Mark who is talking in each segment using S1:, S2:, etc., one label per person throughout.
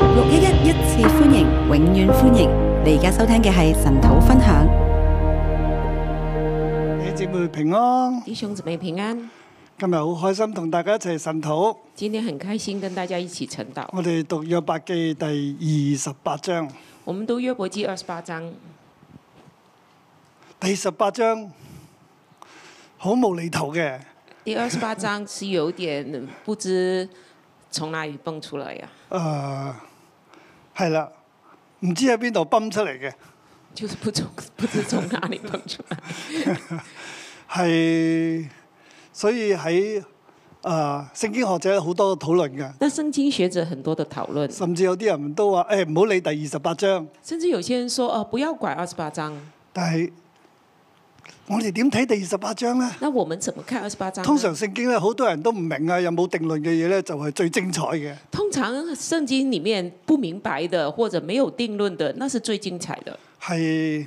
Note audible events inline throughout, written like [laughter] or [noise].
S1: 六一一一次歡迎，永遠歡迎！你而家收聽嘅係神土分享。
S2: 你姐妹平安，
S3: 弟兄姊妹平安，
S2: 今日好開心同大家一齊神討。
S3: 今天很開心跟大家一起晨禱。
S2: 我哋讀約伯記第二十八章，
S3: 我們讀約伯記二十八章，
S2: 第十八章好無厘頭嘅，誒、
S3: 第二十八章是有點不知從哪裡蹦出啊來呀、
S2: 係呃啦，唔知喺邊度泵出嚟嘅，
S3: 就是不從不知從哪裡蹦出來。
S2: 係所以喺誒、呃、聖經學者好多討論嘅，
S3: 那聖經學者很多的討論，
S2: 甚至有啲人都話誒唔好理第二十八章，
S3: 甚至有些人說：哦、不要管二十八章。
S2: 但係我哋點睇第二十八章呢？
S3: 那我們怎麼看二十八章呢？
S2: 通常聖經咧，好多人都唔明啊，有冇定論嘅嘢咧，就係最精彩嘅。
S3: 通常聖經裡面不明白的或者沒有定論的，那是最精彩的，
S2: 係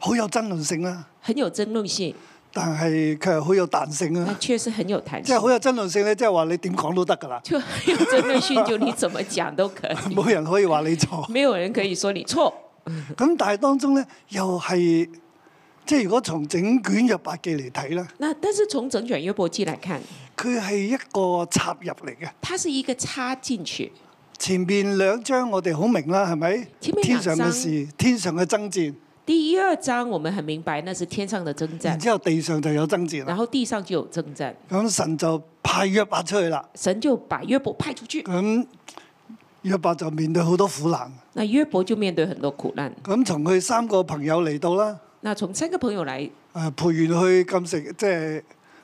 S2: 好有爭論性啦，
S3: 很有爭論性，
S2: 但係佢係好有彈性
S3: 那
S2: 啦。
S3: 確實很有彈
S2: 即係
S3: 性
S2: 嗯好。有爭論性咧，即係話你點講都得㗎啦，
S3: 就很有爭論性，就你怎麼講都可以。
S2: 冇人可以話你錯。
S3: 沒有人可以說你錯。
S2: 咁但係當中咧，又係即係如果從整卷約伯記嚟睇咧，
S3: 那但是從整卷約伯記來看，
S2: 佢係一個插入嚟嘅。
S3: 它是一個插進去，
S2: 前面兩章我哋好明啦，係咪？
S3: 前面
S2: 天
S3: 兩
S2: 上
S3: 章
S2: 嘅事，天上嘅爭戰，
S3: 第一二章我們很明白那是天上的征
S2: 然
S3: 戰，
S2: 之後地上就有爭戰
S3: 然
S2: 啦。
S3: 後地上就有征戰，
S2: 咁神就派約伯出去啦。
S3: 神就把約伯派出去，
S2: 咁約伯就面對好多苦難。
S3: 那約伯就面對很多苦難。
S2: 咁從佢三個朋友嚟到啦，
S3: 那從三個朋友來，
S2: 誒陪完去禁食，即係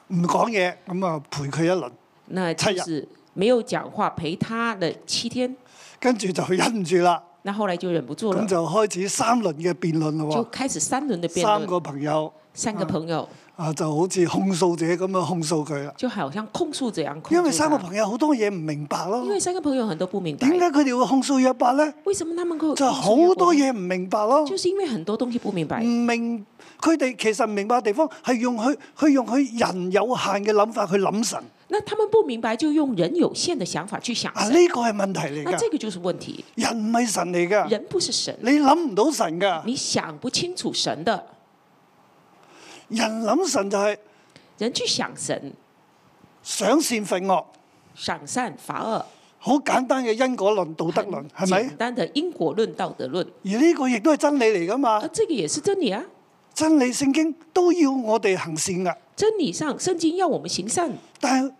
S2: 唔講嘢，咁啊陪佢一輪，
S3: 那就是沒有講話陪他的七天，
S2: 跟住就忍唔住啦，
S3: 那後來就忍不住了
S2: 咁，就開始三輪嘅辯論
S3: 就
S2: 咯
S3: 開始三輪的
S2: 喎。
S3: 辯
S2: 三
S3: 論，
S2: 個朋友
S3: 三個朋友
S2: 啊就好似控訴者咁樣控訴佢啦，
S3: 就好像控訴這樣控訴他，
S2: 因為三個朋友好多嘢唔明白咯
S3: 因。為三個朋友很多不明白
S2: 點，解佢哋會控訴約伯呢？
S3: 為什麼他們會
S2: 就係好多，嘢唔明白咯，
S3: 就是因為很多東西不明白
S2: 唔。明佢哋其實唔明白嘅地方係用佢佢用佢人有限嘅諗法去諗神
S3: 那他們不明白，就用人有限的想法去想
S2: 啊，
S3: 神
S2: 呢個係問題嚟
S3: 那這
S2: 㗎，
S3: 個就是問題。
S2: 人唔係神嚟㗎。
S3: 人不是神，
S2: 你諗唔到神噶，
S3: 你想不清楚神的，
S2: 人諗神就係
S3: 人去想神，
S2: 賞善罰惡，
S3: 賞善罰惡，
S2: 好簡單嘅因果論、道德論，係咪
S3: 簡？單的因果論、道德論，
S2: 而呢個亦都係真理嚟噶
S3: 啊，
S2: 嘛，
S3: 這個也是真理啊。
S2: 真理聖經都要我哋行善噶。
S3: [coughs] 真理上，聖經要我們行善，
S2: 但係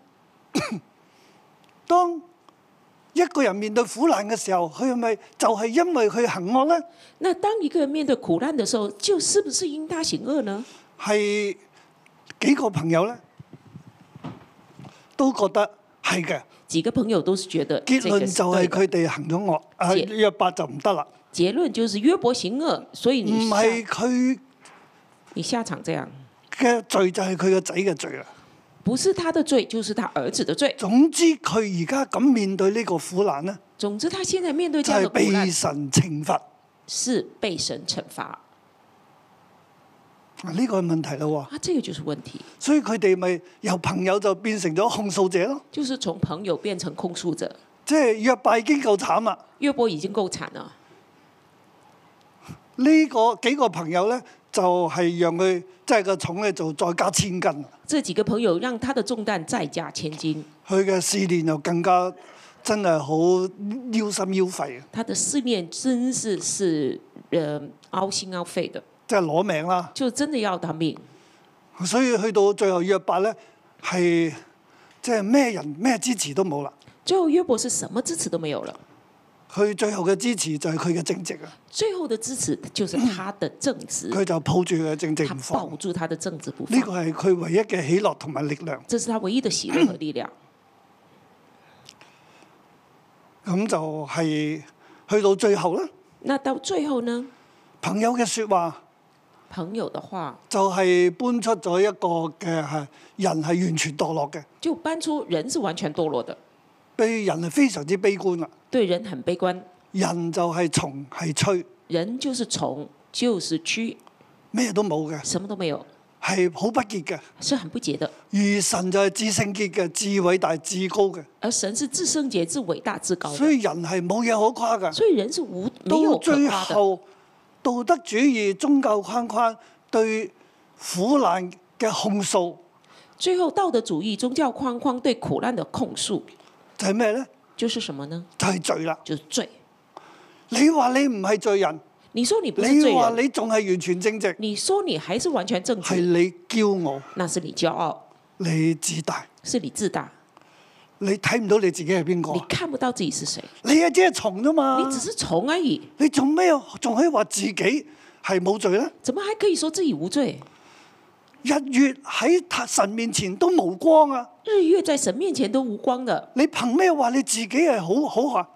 S2: 當一個人面對苦難嘅時候，佢係咪就係因為佢行惡呢？
S3: 那當一個人面對苦難的時候，就是不是因他行惡呢？
S2: 係幾個朋友呢，都覺得係嘅，
S3: 幾個朋友都是覺得
S2: 結
S3: 這個
S2: 論
S3: 是
S2: 就係
S3: 對的
S2: 佢哋行咗惡，啊
S3: 結
S2: 約伯就唔得啦，
S3: 結論就是約伯行惡，所以
S2: 唔
S3: 你下
S2: 係佢。
S3: 你下場這樣，
S2: 嘅罪就係佢個仔嘅罪啦。
S3: 不是他的罪，就是他兒子的罪。
S2: 總之佢而家咁面對呢個苦難呢，
S3: 總之，他現在面對
S2: 就
S3: 這樣
S2: 係
S3: 的苦難
S2: 被，神啊懲罰。
S3: 是被神懲罰
S2: 啊呢個係問題啦喎，
S3: 啊，這個就是問題，
S2: 所以佢哋咪由朋友就變成咗控訴者咯。
S3: 就是從朋友變成控訴者。
S2: 即係約伯已經夠慘啦，
S3: 約伯已經夠慘了，
S2: 呢、個幾個朋友呢，就係、讓佢即係個重咧就再加千斤，啊佢
S3: 這幾個朋友讓他的重擔再加千斤，
S2: 嘅試煉又更加真係好腰心腰肺嘅，啊
S3: 他的試煉真是是呃凹心凹肺的，
S2: 即係攞命啦。
S3: 就真的要他命。
S2: 所以去到最後約伯呢，係即係咩人咩支持都冇啦。
S3: 最後約伯是什麼支持都沒有了，
S2: 佢最後嘅支持就係佢嘅正直啊！
S3: 最後的支持就是他的正直，
S2: 佢就抱住佢嘅正直
S3: 他
S2: 唔放，
S3: 抱
S2: 呢
S3: 住他的正直不
S2: 個
S3: 放，
S2: 係佢唯一嘅喜樂同埋力量。
S3: 這是他唯一的喜樂和力量。
S2: 咁就係去到最後啦，
S3: 那到最後呢，
S2: 朋友嘅説話
S3: 朋友的話
S2: 就係搬出咗一個嘅係人係完全墮落嘅，
S3: 就搬出人是完全墮落的，
S2: 對人係非常之悲觀啦。
S3: 對人很悲觀，
S2: 人就係蟲係吹，
S3: 人就是蟲，就是蛆，
S2: 咩都冇嘅，
S3: 什麼都沒有，
S2: 係好不潔嘅。
S3: 是很不洁的。
S2: 而神就係至聖潔嘅、至偉大、至高嘅，
S3: 而神是至圣洁、至伟大、至高的，
S2: 所以人係冇嘢可誇㗎。
S3: 所以人是无没
S2: 到
S3: 有可
S2: 最
S3: 夸的。
S2: 後，道德主義、宗教框框對苦難嘅控訴
S3: 最后，道德主义、宗教框框对苦难的控诉，
S2: 就係咩呢？
S3: 就是什么呢？
S2: 就係、罪啦！
S3: 就是罪。
S2: 你話你唔係罪人，
S3: 你说你不是罪
S2: 你話
S3: 人，
S2: 你仲係完全正直，
S3: 你说你还是完全正
S2: 係
S3: 直，
S2: 你驕傲、
S3: 那是你骄傲，
S2: 你自大，
S3: 是你自大，
S2: 你睇唔到你自己係邊個
S3: 你
S2: 啊。
S3: 看不到自己是谁，
S2: 你啊，只係蟲啫嘛！
S3: 你只是虫而已，
S2: 你做咩仲可以話自己係冇罪呢？
S3: 怎么还可以说自己无罪？
S2: 日月喺神面前都無光啊！
S3: 日月在神面前都无光的，
S2: 你憑咩話你自己係好好啊？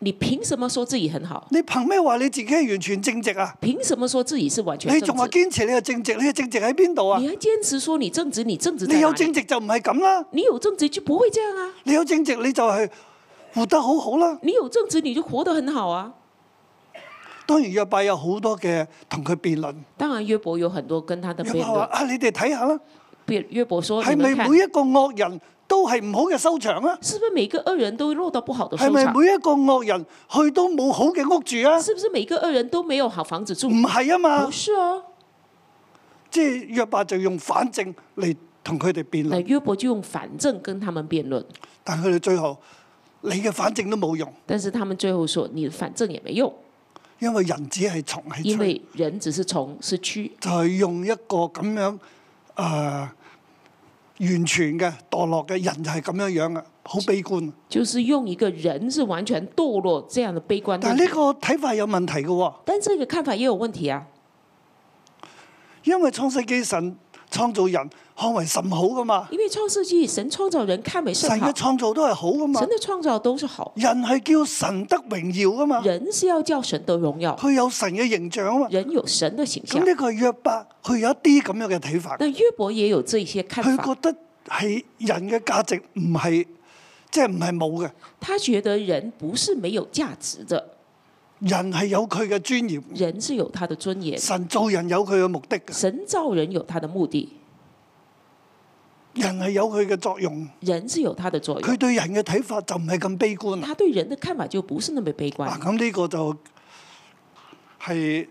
S3: 你凭什么说自己很好？
S2: 你憑咩話你自己係完全正直啊？
S3: 凭什么说自己是完全
S2: 你哎仲
S3: 正
S2: 話
S3: 直？
S2: 堅持你嘅正直，你嘅正直喺邊度啊
S3: 你？还坚持说你正直，你正直在
S2: 你有
S3: 哪
S2: 正
S3: 里？
S2: 直就唔係咁啦，
S3: 你有正直就不会这样啊！
S2: 你有正直你就係活得好好啦。
S3: 你有正直，你就活得很好啊！
S2: 當然約伯有好多嘅同佢辯論，
S3: 当然，约伯有很多跟他的
S2: 約伯
S3: 辩
S2: 話
S3: 论。
S2: 啊，你哋睇下啦，
S3: 辩约伯说：“
S2: 係
S3: 你
S2: 咪
S3: 们看，
S2: 每一個惡人都係唔好嘅收場啊？
S3: 是不是每个恶人都落到不好的收
S2: 係咪
S3: 场？
S2: 每一個惡人去都冇好嘅屋住啊？
S3: 是不是每个恶人都没有好房子住？
S2: 唔係啊嘛
S3: 不，是哦。
S2: 即係約伯就用反證嚟同佢哋辯
S3: 那
S2: 論，
S3: 约伯就用反证跟他们辩论，
S2: 但佢哋最後你嘅反證都冇用，
S3: 但是他们最后说：你的反证也没用，
S2: 因為人只係蟲係
S3: 因
S2: 蟲。
S3: 为人只是虫，是蛆。
S2: 就係用一個咁樣誒、呃完全嘅墮落嘅人就係咁樣樣嘅，好悲觀。
S3: 就是用一个人是完全堕落这样的悲观
S2: 但
S3: 论
S2: 係
S3: 点。
S2: 呢個睇法有問題嘅喎，
S3: 但这个看法也有问题啊，
S2: 因為創世紀神創造人看為甚好噶嘛，
S3: 因为创世纪神创造人看为
S2: 神
S3: 甚
S2: 嘅
S3: 好，
S2: 創造都係好噶嘛
S3: 神，的創造都是好，
S2: 人係叫神得榮耀噶嘛，
S3: 人是要叫神得榮耀，
S2: 佢有神嘅形象啊嘛。
S3: 人有神的形象
S2: 咁。呢個係約伯，佢有一啲咁樣嘅睇法，
S3: 那约伯也有这些看
S2: 佢
S3: 法
S2: 覺，得係人嘅價值唔係即係唔係冇嘅，
S3: 他覺得人不是没有價值的，
S2: 人係有佢嘅尊嚴，
S3: 人是有他的尊嚴，
S2: 神造人有佢嘅目的嘅。
S3: 神造人有他的目的，
S2: 人係有佢嘅作用，
S3: 人是有他的作
S2: 佢
S3: 用。
S2: 對人嘅睇法就唔係咁悲觀啦。
S3: 他對人的看法就不是那么悲
S2: 嗱，
S3: 觀。
S2: 咁呢個就係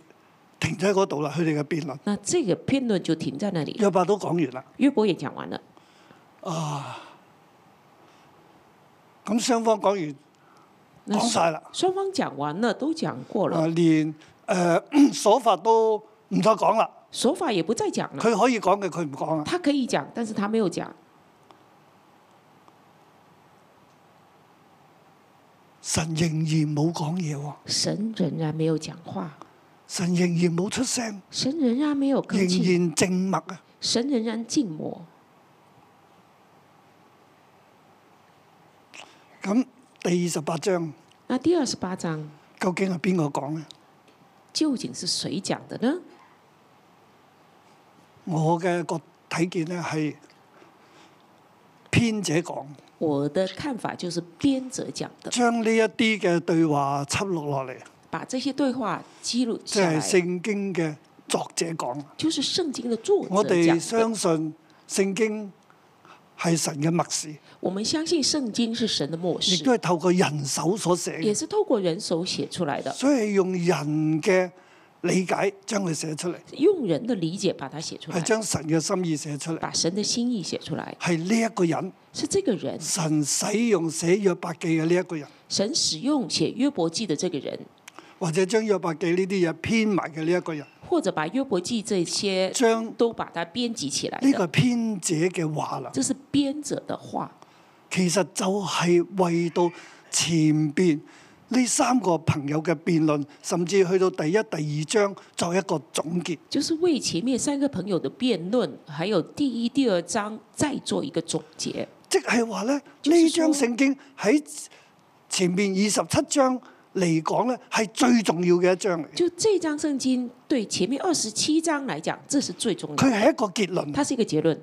S2: 停咗喺嗰度啦。佢哋嘅辯論，
S3: 那這個辯論就停在那裡。
S2: 約伯都講完啦。
S3: 约伯也講完了，
S2: 咁雙方講完
S3: 那
S2: 講晒啦，
S3: 雙方講完了，都講過
S2: 啊
S3: 了，
S2: 連誒 [clears throat] 所法都唔再講啦。
S3: 手法也不再講了。
S2: 佢可以講嘅，佢唔講啊啦。
S3: 他可以講，但是他沒有講。
S2: 神仍然冇講嘢喎，
S3: 神仍然沒有講話，
S2: 神仍然冇出聲，
S3: 神仍然沒有
S2: 仍
S3: 吭氣，
S2: 然靜默啊。
S3: 神仍然静默。
S2: 咁第二十八章
S3: 那第二十八章
S2: 究竟係邊個講呢？
S3: 究竟是谁講的呢？
S2: 我嘅個睇見呢係編者講。
S3: 我的看法就是编者講的，
S2: 將呢一啲嘅對話輯錄落嚟，
S3: 把這些對話記錄
S2: 即
S3: 下
S2: 係
S3: 來，
S2: 聖經嘅作者講。
S3: 就是聖經的作者
S2: 我哋
S3: 講的。
S2: 相信聖經係神嘅默示，
S3: 我們相信聖經是神的默
S2: 亦
S3: 示
S2: 都，係透過人手所寫
S3: 也
S2: 嘅，
S3: 是透過人手寫出來的，
S2: 所以係用人嘅理解將佢寫出嚟，
S3: 用人的理解把它寫出
S2: 係
S3: 來，
S2: 將神嘅心意寫出嚟。
S3: 把神的心意寫出來，
S2: 係呢一個人，
S3: 是這個人，
S2: 神使用寫約伯記嘅呢一個人，
S3: 神使用寫約伯記的這個人，
S2: 或者將約伯記呢啲嘢編埋嘅呢一個人，
S3: 或者把約伯記這些
S2: 將
S3: 都把它編輯起來
S2: 呢個係
S3: 的，
S2: 編者嘅話啦。
S3: 這是編者的話。
S2: 其實就係為到前邊呢三個朋友嘅辯論，甚至去到第一、第二章作一個總結。
S3: 就是为前面三个朋友的辩論，還有第一、第二章再做一個總結。
S2: 即係話咧，
S3: 就是
S2: 呢章
S3: 說
S2: 聖經喺前面二十七章嚟講咧，係最重要嘅一章嚟。
S3: 就這章聖經對前面二十七章來講，這是最重要
S2: 佢
S3: 的，
S2: 係一個結論，
S3: 它是一個結論，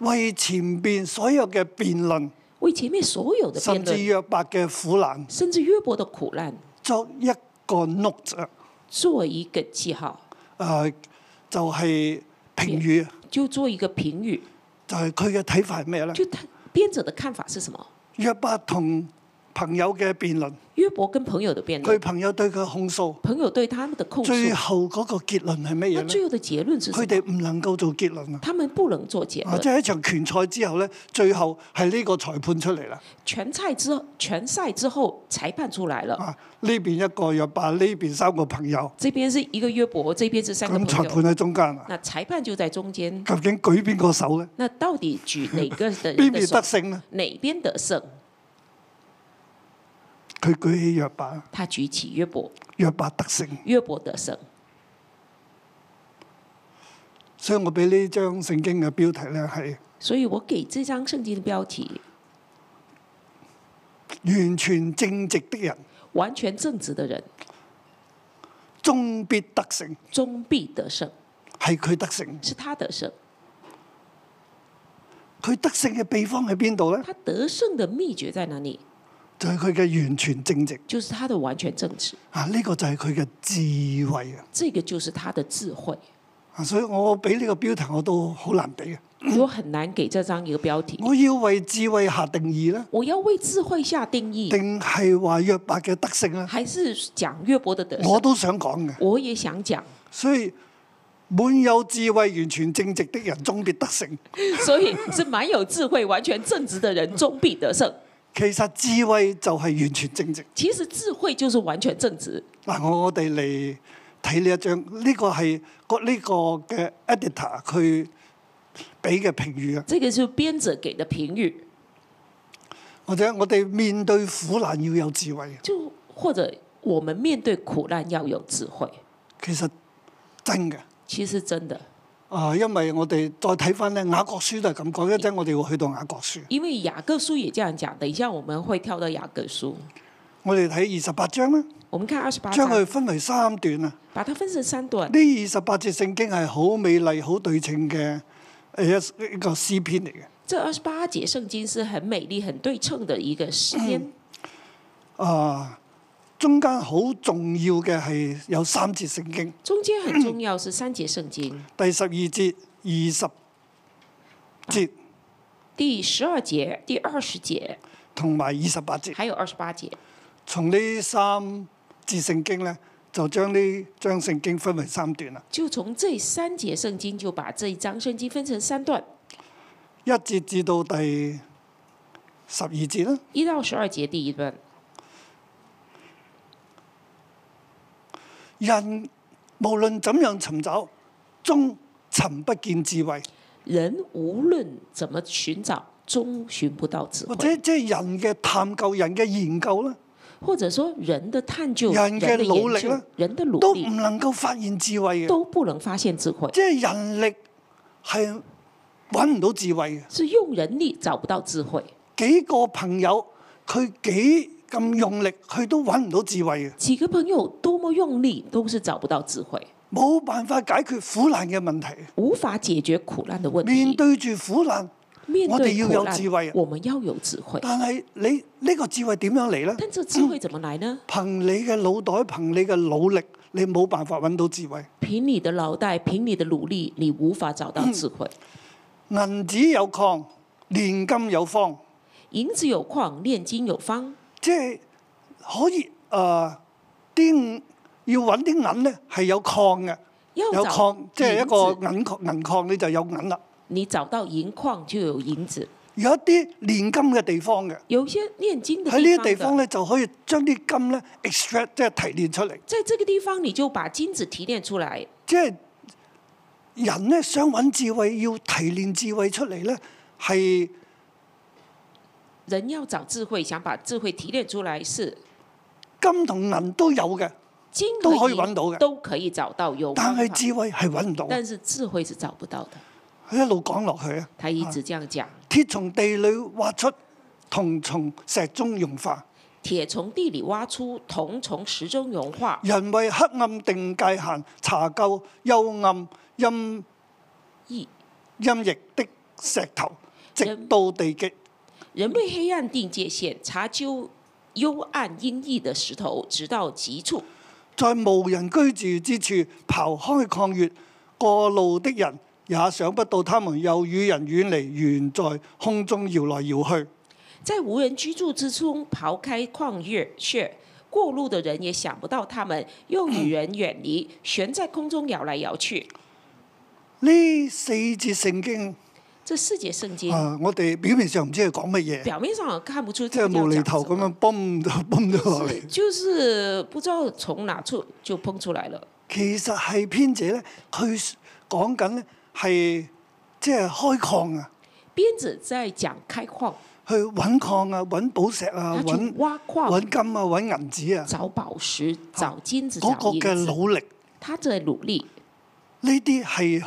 S2: 為前邊所有嘅辯論，
S3: 為前面所有的辯
S2: 甚至
S3: 論，
S2: 約伯嘅苦難
S3: 甚至約伯的苦難
S2: 作一個 note 啊。呃
S3: 做一個記號，
S2: 誒、就係、評語，
S3: 就做一个评语，
S2: 啊就係佢嘅睇法係咩咧？
S3: 就他编者的看法是什么？
S2: 約伯同朋友嘅辯論，
S3: 约伯跟朋友的辩
S2: 佢
S3: 论，
S2: 朋友對佢控訴，
S3: 朋友对他们的控诉，
S2: 最後嗰個結論係乜
S3: 那
S2: 嘢
S3: 最
S2: 咧？
S3: 后的结论是什
S2: 佢
S3: 么？
S2: 哋唔能夠做結論啊！
S3: 他们不能做结
S2: 啊！
S3: 论
S2: 即。係一場拳賽之後咧，最後係呢個裁判出嚟啦。
S3: 拳赛之后，拳赛之后裁判出来了，
S2: 啊，呢邊一個約伯，呢邊三個朋友，
S3: 这边是一个约伯，这边是三个
S2: 咁裁
S3: 朋
S2: 判
S3: 友，啊
S2: 喺中間啦。
S3: 那裁判就在中间。
S2: 究竟舉邊個手咧？
S3: 那到底举哪个的
S2: 邊邊
S3: 人的手
S2: [laughs] 得？勝咧？
S3: 哪边得胜？
S2: 佢舉起約伯，
S3: 他举起约伯，
S2: 約伯得勝。
S3: 约伯得胜。
S2: 所以我俾呢張聖經嘅標題咧係
S3: 所以我给这张圣经的标题
S2: 完全正直的人
S3: “完全正直的人
S2: 終必得勝，
S3: 终必得胜
S2: 係佢得勝”，。
S3: 是他得胜。
S2: 佢得勝嘅秘方喺邊度咧？
S3: 他得胜的秘诀在哪里？
S2: 就係佢嘅完全正直
S3: 就是他的完全正直，
S2: 啊！呢、個就係佢嘅智慧啊！
S3: 这个就是他的智慧。
S2: 啊所以我俾呢個標題我都好難俾嘅。啊
S3: 我很难给这张一个标题。
S2: 我要為智慧下定義咧，
S3: 我要为智慧下定义，
S2: 定係話約伯嘅德性咧？
S3: 还是讲约伯的得
S2: 我
S3: 胜？
S2: 都想講嘅。
S3: 我也想讲， [laughs]
S2: 所以滿有智慧、完全正直的人，終必得勝。
S3: 所以是蛮有智慧、完全正直的人终必得胜。
S2: 其實智慧就係完全正直。
S3: 其实智慧就是完全正直。
S2: 嗱，我我哋嚟睇呢一章，呢、個係個呢個嘅 editor 佢俾嘅評語啊，
S3: 这个是编者给的评语，
S2: 或者我哋面對苦難要有智慧。
S3: 就或者我们面对苦难要有智慧，
S2: 其實真嘅。
S3: 其实真的，
S2: 啊，因為我哋再睇翻咧雅各書都係咁講，一陣我哋會去到雅各書，
S3: 因为雅各书也这样讲。等一下我们会跳到雅各书，
S2: 我哋睇二十八章咧，
S3: 我们看二十八
S2: 將佢
S3: 章，
S2: 分為三段啊。
S3: 把它分成三段。
S2: 呢二十八節聖經係好美麗、好對稱嘅誒一一個詩篇嚟嘅。
S3: 这二十八节圣经是很美丽、很对称的一个诗篇，
S2: 啊，中間好重要嘅係有三節聖經，
S3: 中间很重要是三节圣经，
S2: 第十二節、二十節
S3: 第十二节、第二十节，
S2: 同埋二十八節。
S3: 还有二十八节。
S2: 從呢三節聖經咧，就將呢將聖經分為三段啦。
S3: 就从这三节圣经，就把这一章圣经分成三段，
S2: 一節至到第十二節啦，
S3: 一到十二节第一段。
S2: 人無論怎樣尋找，終尋不見智慧，
S3: 人无论怎么寻找，终寻不到智
S2: 或
S3: 慧，
S2: 者即係人嘅探究、人嘅研究咧，
S3: 或者说人的探究、
S2: 人
S3: 人
S2: 嘅
S3: 的
S2: 努力
S3: 研究
S2: 呢、
S3: 人的努
S2: 都
S3: 力
S2: 唔能夠發現智慧嘅，
S3: 都不能发现智慧，
S2: 即係人力係揾唔到智慧嘅。
S3: 是用人力找不到智慧。
S2: 幾個朋友佢幾咁用力，佢都揾唔到智慧嘅，
S3: 几个朋友多么用力，都是找不到智慧，
S2: 冇辦法解決苦難嘅問題。
S3: 无法解决苦难的问
S2: 面
S3: 题。
S2: 對住苦難，
S3: 面
S2: 我哋
S3: 对
S2: 要
S3: 苦
S2: 有
S3: 难
S2: 智慧啊，
S3: 我们要有智慧。
S2: 但係你呢、個智慧點樣嚟呢？
S3: 但这智慧怎么来呢？
S2: 憑你嘅腦袋，憑你嘅努力，你冇辦法揾到智慧。
S3: 凭你的脑袋，凭你的努力，你无法找到智慧。
S2: 嗯銀子有礦，煉金有方，
S3: 银子有矿，炼金有方，
S2: 即係可以誒啲、要揾啲銀呢係有礦嘅，
S3: 要
S2: 有
S3: 找
S2: 礦即係一
S3: 银子
S2: 個銀礦，銀礦你就有銀啦。
S3: 你找到银矿就有银子。
S2: 有一啲煉金嘅地方嘅，
S3: 有一些炼金的
S2: 喺呢啲地
S3: 地
S2: 方
S3: 方的，
S2: 咧就可以將啲金咧 extract 即係提煉出嚟，
S3: 在这个地方你就把金子提炼出来。
S2: 即係人咧想揾智慧，要提煉智慧出嚟咧係
S3: 人要找智慧，想把智慧提炼出来是
S2: 金同銀都有嘅，
S3: 金和
S2: 都可以
S3: 银
S2: 揾到嘅
S3: 都可以找到有
S2: 但
S3: 方法
S2: 係智慧係揾唔到。
S3: 但是智慧是找不到的。
S2: 佢一路講落去啊，
S3: 他一直這樣講，
S2: 鐵從地裏挖出，銅從石中融化。
S3: 鐵從地裡挖出，銅從石中融化。
S2: 人為黑暗定界限，查究幽暗陰
S3: 一
S2: 陰翳的石頭，直到地極。
S3: 人為黑暗定界限，查究幽暗陰翳的石頭，直到極處。
S2: 在無人居住之處刨開曠野，過路的人也想不到他們又與人遠離，懸在空中搖來搖去。
S3: 在无人居住之中刨开旷野穴，过路的人也想不到他们，又与人远离，悬在空中摇来摇去。
S2: 呢四節聖經
S3: 这四节圣经、
S2: 啊，我哋表面上唔知佢講乜嘢，
S3: 表面上看不出
S2: 即
S3: 这
S2: 係
S3: 个
S2: 無厘
S3: 要
S2: 頭
S3: 讲
S2: 咁
S3: 什
S2: 樣
S3: 么，
S2: 崩就崩咗落嚟。
S3: 就是不知道从哪处就蹦出来了。
S2: 其實係編者咧，佢講緊咧係即係開礦啊，
S3: 鞭子在讲开矿，
S2: 去揾礦啊，揾寶石啊，
S3: 他去
S2: 揾
S3: 挖
S2: 揾
S3: 矿、
S2: 金啊，揾銀子啊，
S3: 找宝石、找金子、
S2: 嗰、
S3: 找
S2: 個
S3: 银
S2: 嘅
S3: 子，
S2: 努力，
S3: 他在努力。
S2: 呢啲係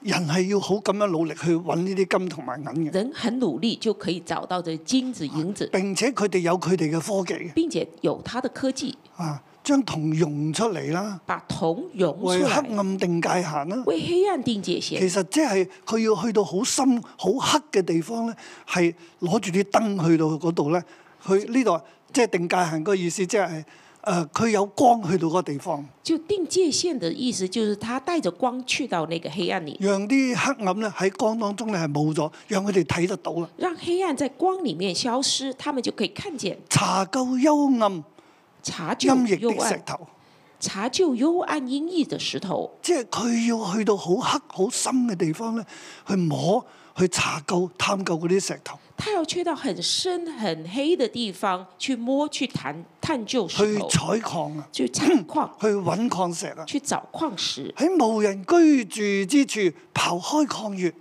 S2: 人係要好咁樣努力去揾呢啲金同埋銀嘅。
S3: 人很努力就可以找到这金子、银子，
S2: 並且佢哋有佢哋嘅科技嘅
S3: 并且有他的科技，
S2: 啊，將銅溶出嚟啦，
S3: 把铜融出
S2: 為
S3: 来，
S2: 黑暗定界限啦。
S3: 为黑暗定界限
S2: 其。實即係佢要去到好深、好黑嘅地方咧，係攞住啲燈去到嗰度咧。佢呢度即係定界限個意思，即係誒佢有光去到嗰個地方，
S3: 就定界限的意思就是他带着光去到那个黑暗里，
S2: 讓啲黑暗咧喺光當中咧係冇咗，讓佢哋睇得到啦。
S3: 让黑暗在光里面消失，他们就可以看见
S2: 查究幽暗
S3: 查究
S2: 陰
S3: 幽
S2: 翳的石
S3: 暗、
S2: 頭，
S3: 查究幽暗阴翳的石头。
S2: 即係佢要去到好黑、好深嘅地方咧，去摸、去查究、探究嗰啲石頭，
S3: 他要去到很深很黑的地方去摸、去探探究石
S2: 去
S3: 头，
S2: 採礦啊，
S3: 去采矿、
S2: 去揾礦石啊。
S3: 去找矿石，
S2: 喺無人居住之處刨開礦穴，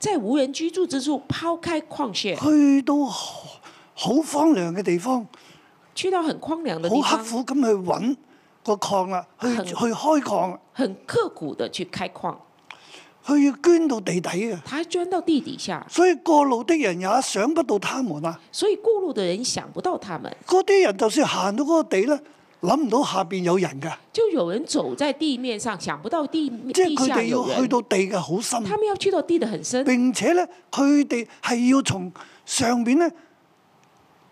S3: 在无人居住之处抛开矿穴，
S2: 去到好好荒涼嘅地方，
S3: 去到很荒凉的地
S2: 好
S3: 方
S2: 刻，苦咁去揾個礦啦，去
S3: 很
S2: 去開礦，啊
S3: 很刻苦的去开礦。
S2: 佢要捐到地底嘅。
S3: 他钻到地底下，
S2: 所以過路的人也想不到他們啊！
S3: 所以过路的人想不到他们。
S2: 嗰啲人就算行到嗰個地咧，諗唔到下邊有人㗎，
S3: 就有人走在地面上，想不到地
S2: 即係
S3: 地
S2: 佢
S3: 下
S2: 哋要
S3: 有
S2: 去
S3: 人，
S2: 到地嘅好深，啊
S3: 他们要去到地的很深，
S2: 並且咧佢哋係要從上面咧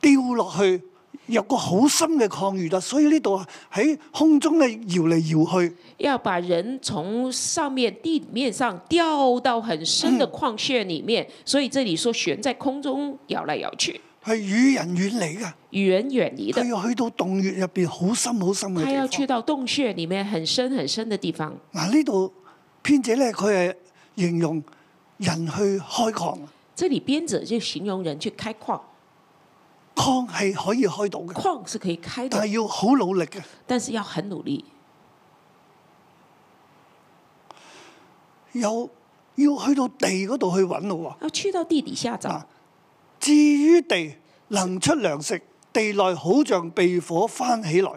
S2: 掉落去。入個好深嘅礦穴啦，所以呢度啊喺空中咧搖嚟搖去，
S3: 要把人从上面地面上掉到很深的矿穴里面。所以这里说悬在空中摇来摇去，
S2: 係與人遠離嘅，
S3: 与人远离
S2: 佢
S3: 的。啊
S2: 要去到洞穴入邊好深好深嘅
S3: 他要去
S2: 地
S3: 到洞穴里面很深很深的地方。
S2: 方。嗱呢度編者咧，佢係形容人去開礦，
S3: 这里编者就形容人去开矿，
S2: 礦係可以開到嘅，
S3: 矿是可以开
S2: 但
S3: 的
S2: 係，要好努力嘅。
S3: 但是要很努力，
S2: 有要去到地嗰度去揾咯
S3: 要去到地底下
S2: 喎。嗱
S3: 找。，
S2: 至於地能出糧食，地內好像被火翻起來，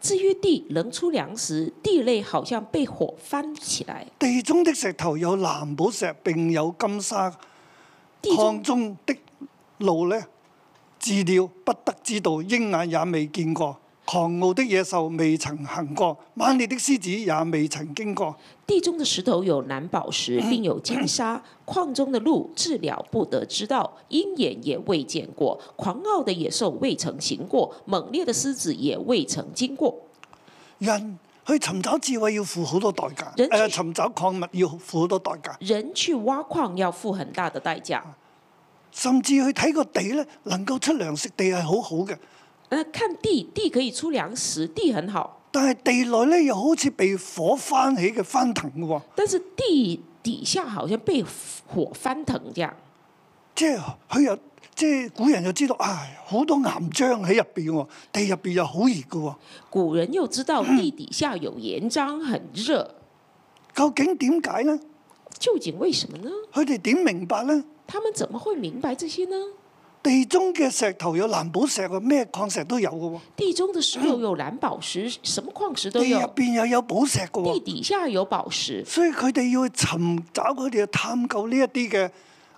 S3: 至于地能出粮食，地类好像被火翻起来。
S2: 地中的石頭有藍寶石並有金沙。
S3: 地中
S2: 礦中的路呢，治料不得知道，鷹眼也未見過，狂傲的野獸未曾行過，猛烈的獅子也未曾經過。
S3: 地中的石头有蓝宝石，并有金沙；矿中的路治了不得之道，鹰眼也未见过，狂傲的野兽未曾行过，猛烈的狮子也未曾经过。
S2: 人去尋找智慧要付好多代價，誒
S3: 人、
S2: 呃、尋找礦物要付好多代價，
S3: 人去挖矿要付很大的代价。
S2: 甚至去睇個地呢，能夠出糧食地係好好嘅，
S3: 那呃看地，地可以出粮食，地很好，
S2: 但係地內呢，又好似被火翻起嘅翻騰嘅喎，
S3: 但是地底下好像被火翻腾这样。
S2: 即係佢又即係古人就知道啊，好多岩漿喺入邊喎，地入邊又好熱嘅喎。
S3: 古人又知道地底下有岩浆，很热，
S2: 究竟點解呢？
S3: 究竟为什么呢？
S2: 佢哋點明白呢？
S3: 他们怎么会明白这些呢？
S2: 地中嘅石頭有藍寶石啊，咩礦石都有嘅
S3: 地中的石头有蓝宝石，什么矿石
S2: 喎，
S3: 都
S2: 地入
S3: 有，
S2: 邊又有寶石嘅
S3: 地
S2: 喎，
S3: 底下有宝石，
S2: 所以佢哋要去尋找佢哋去探究呢一啲嘅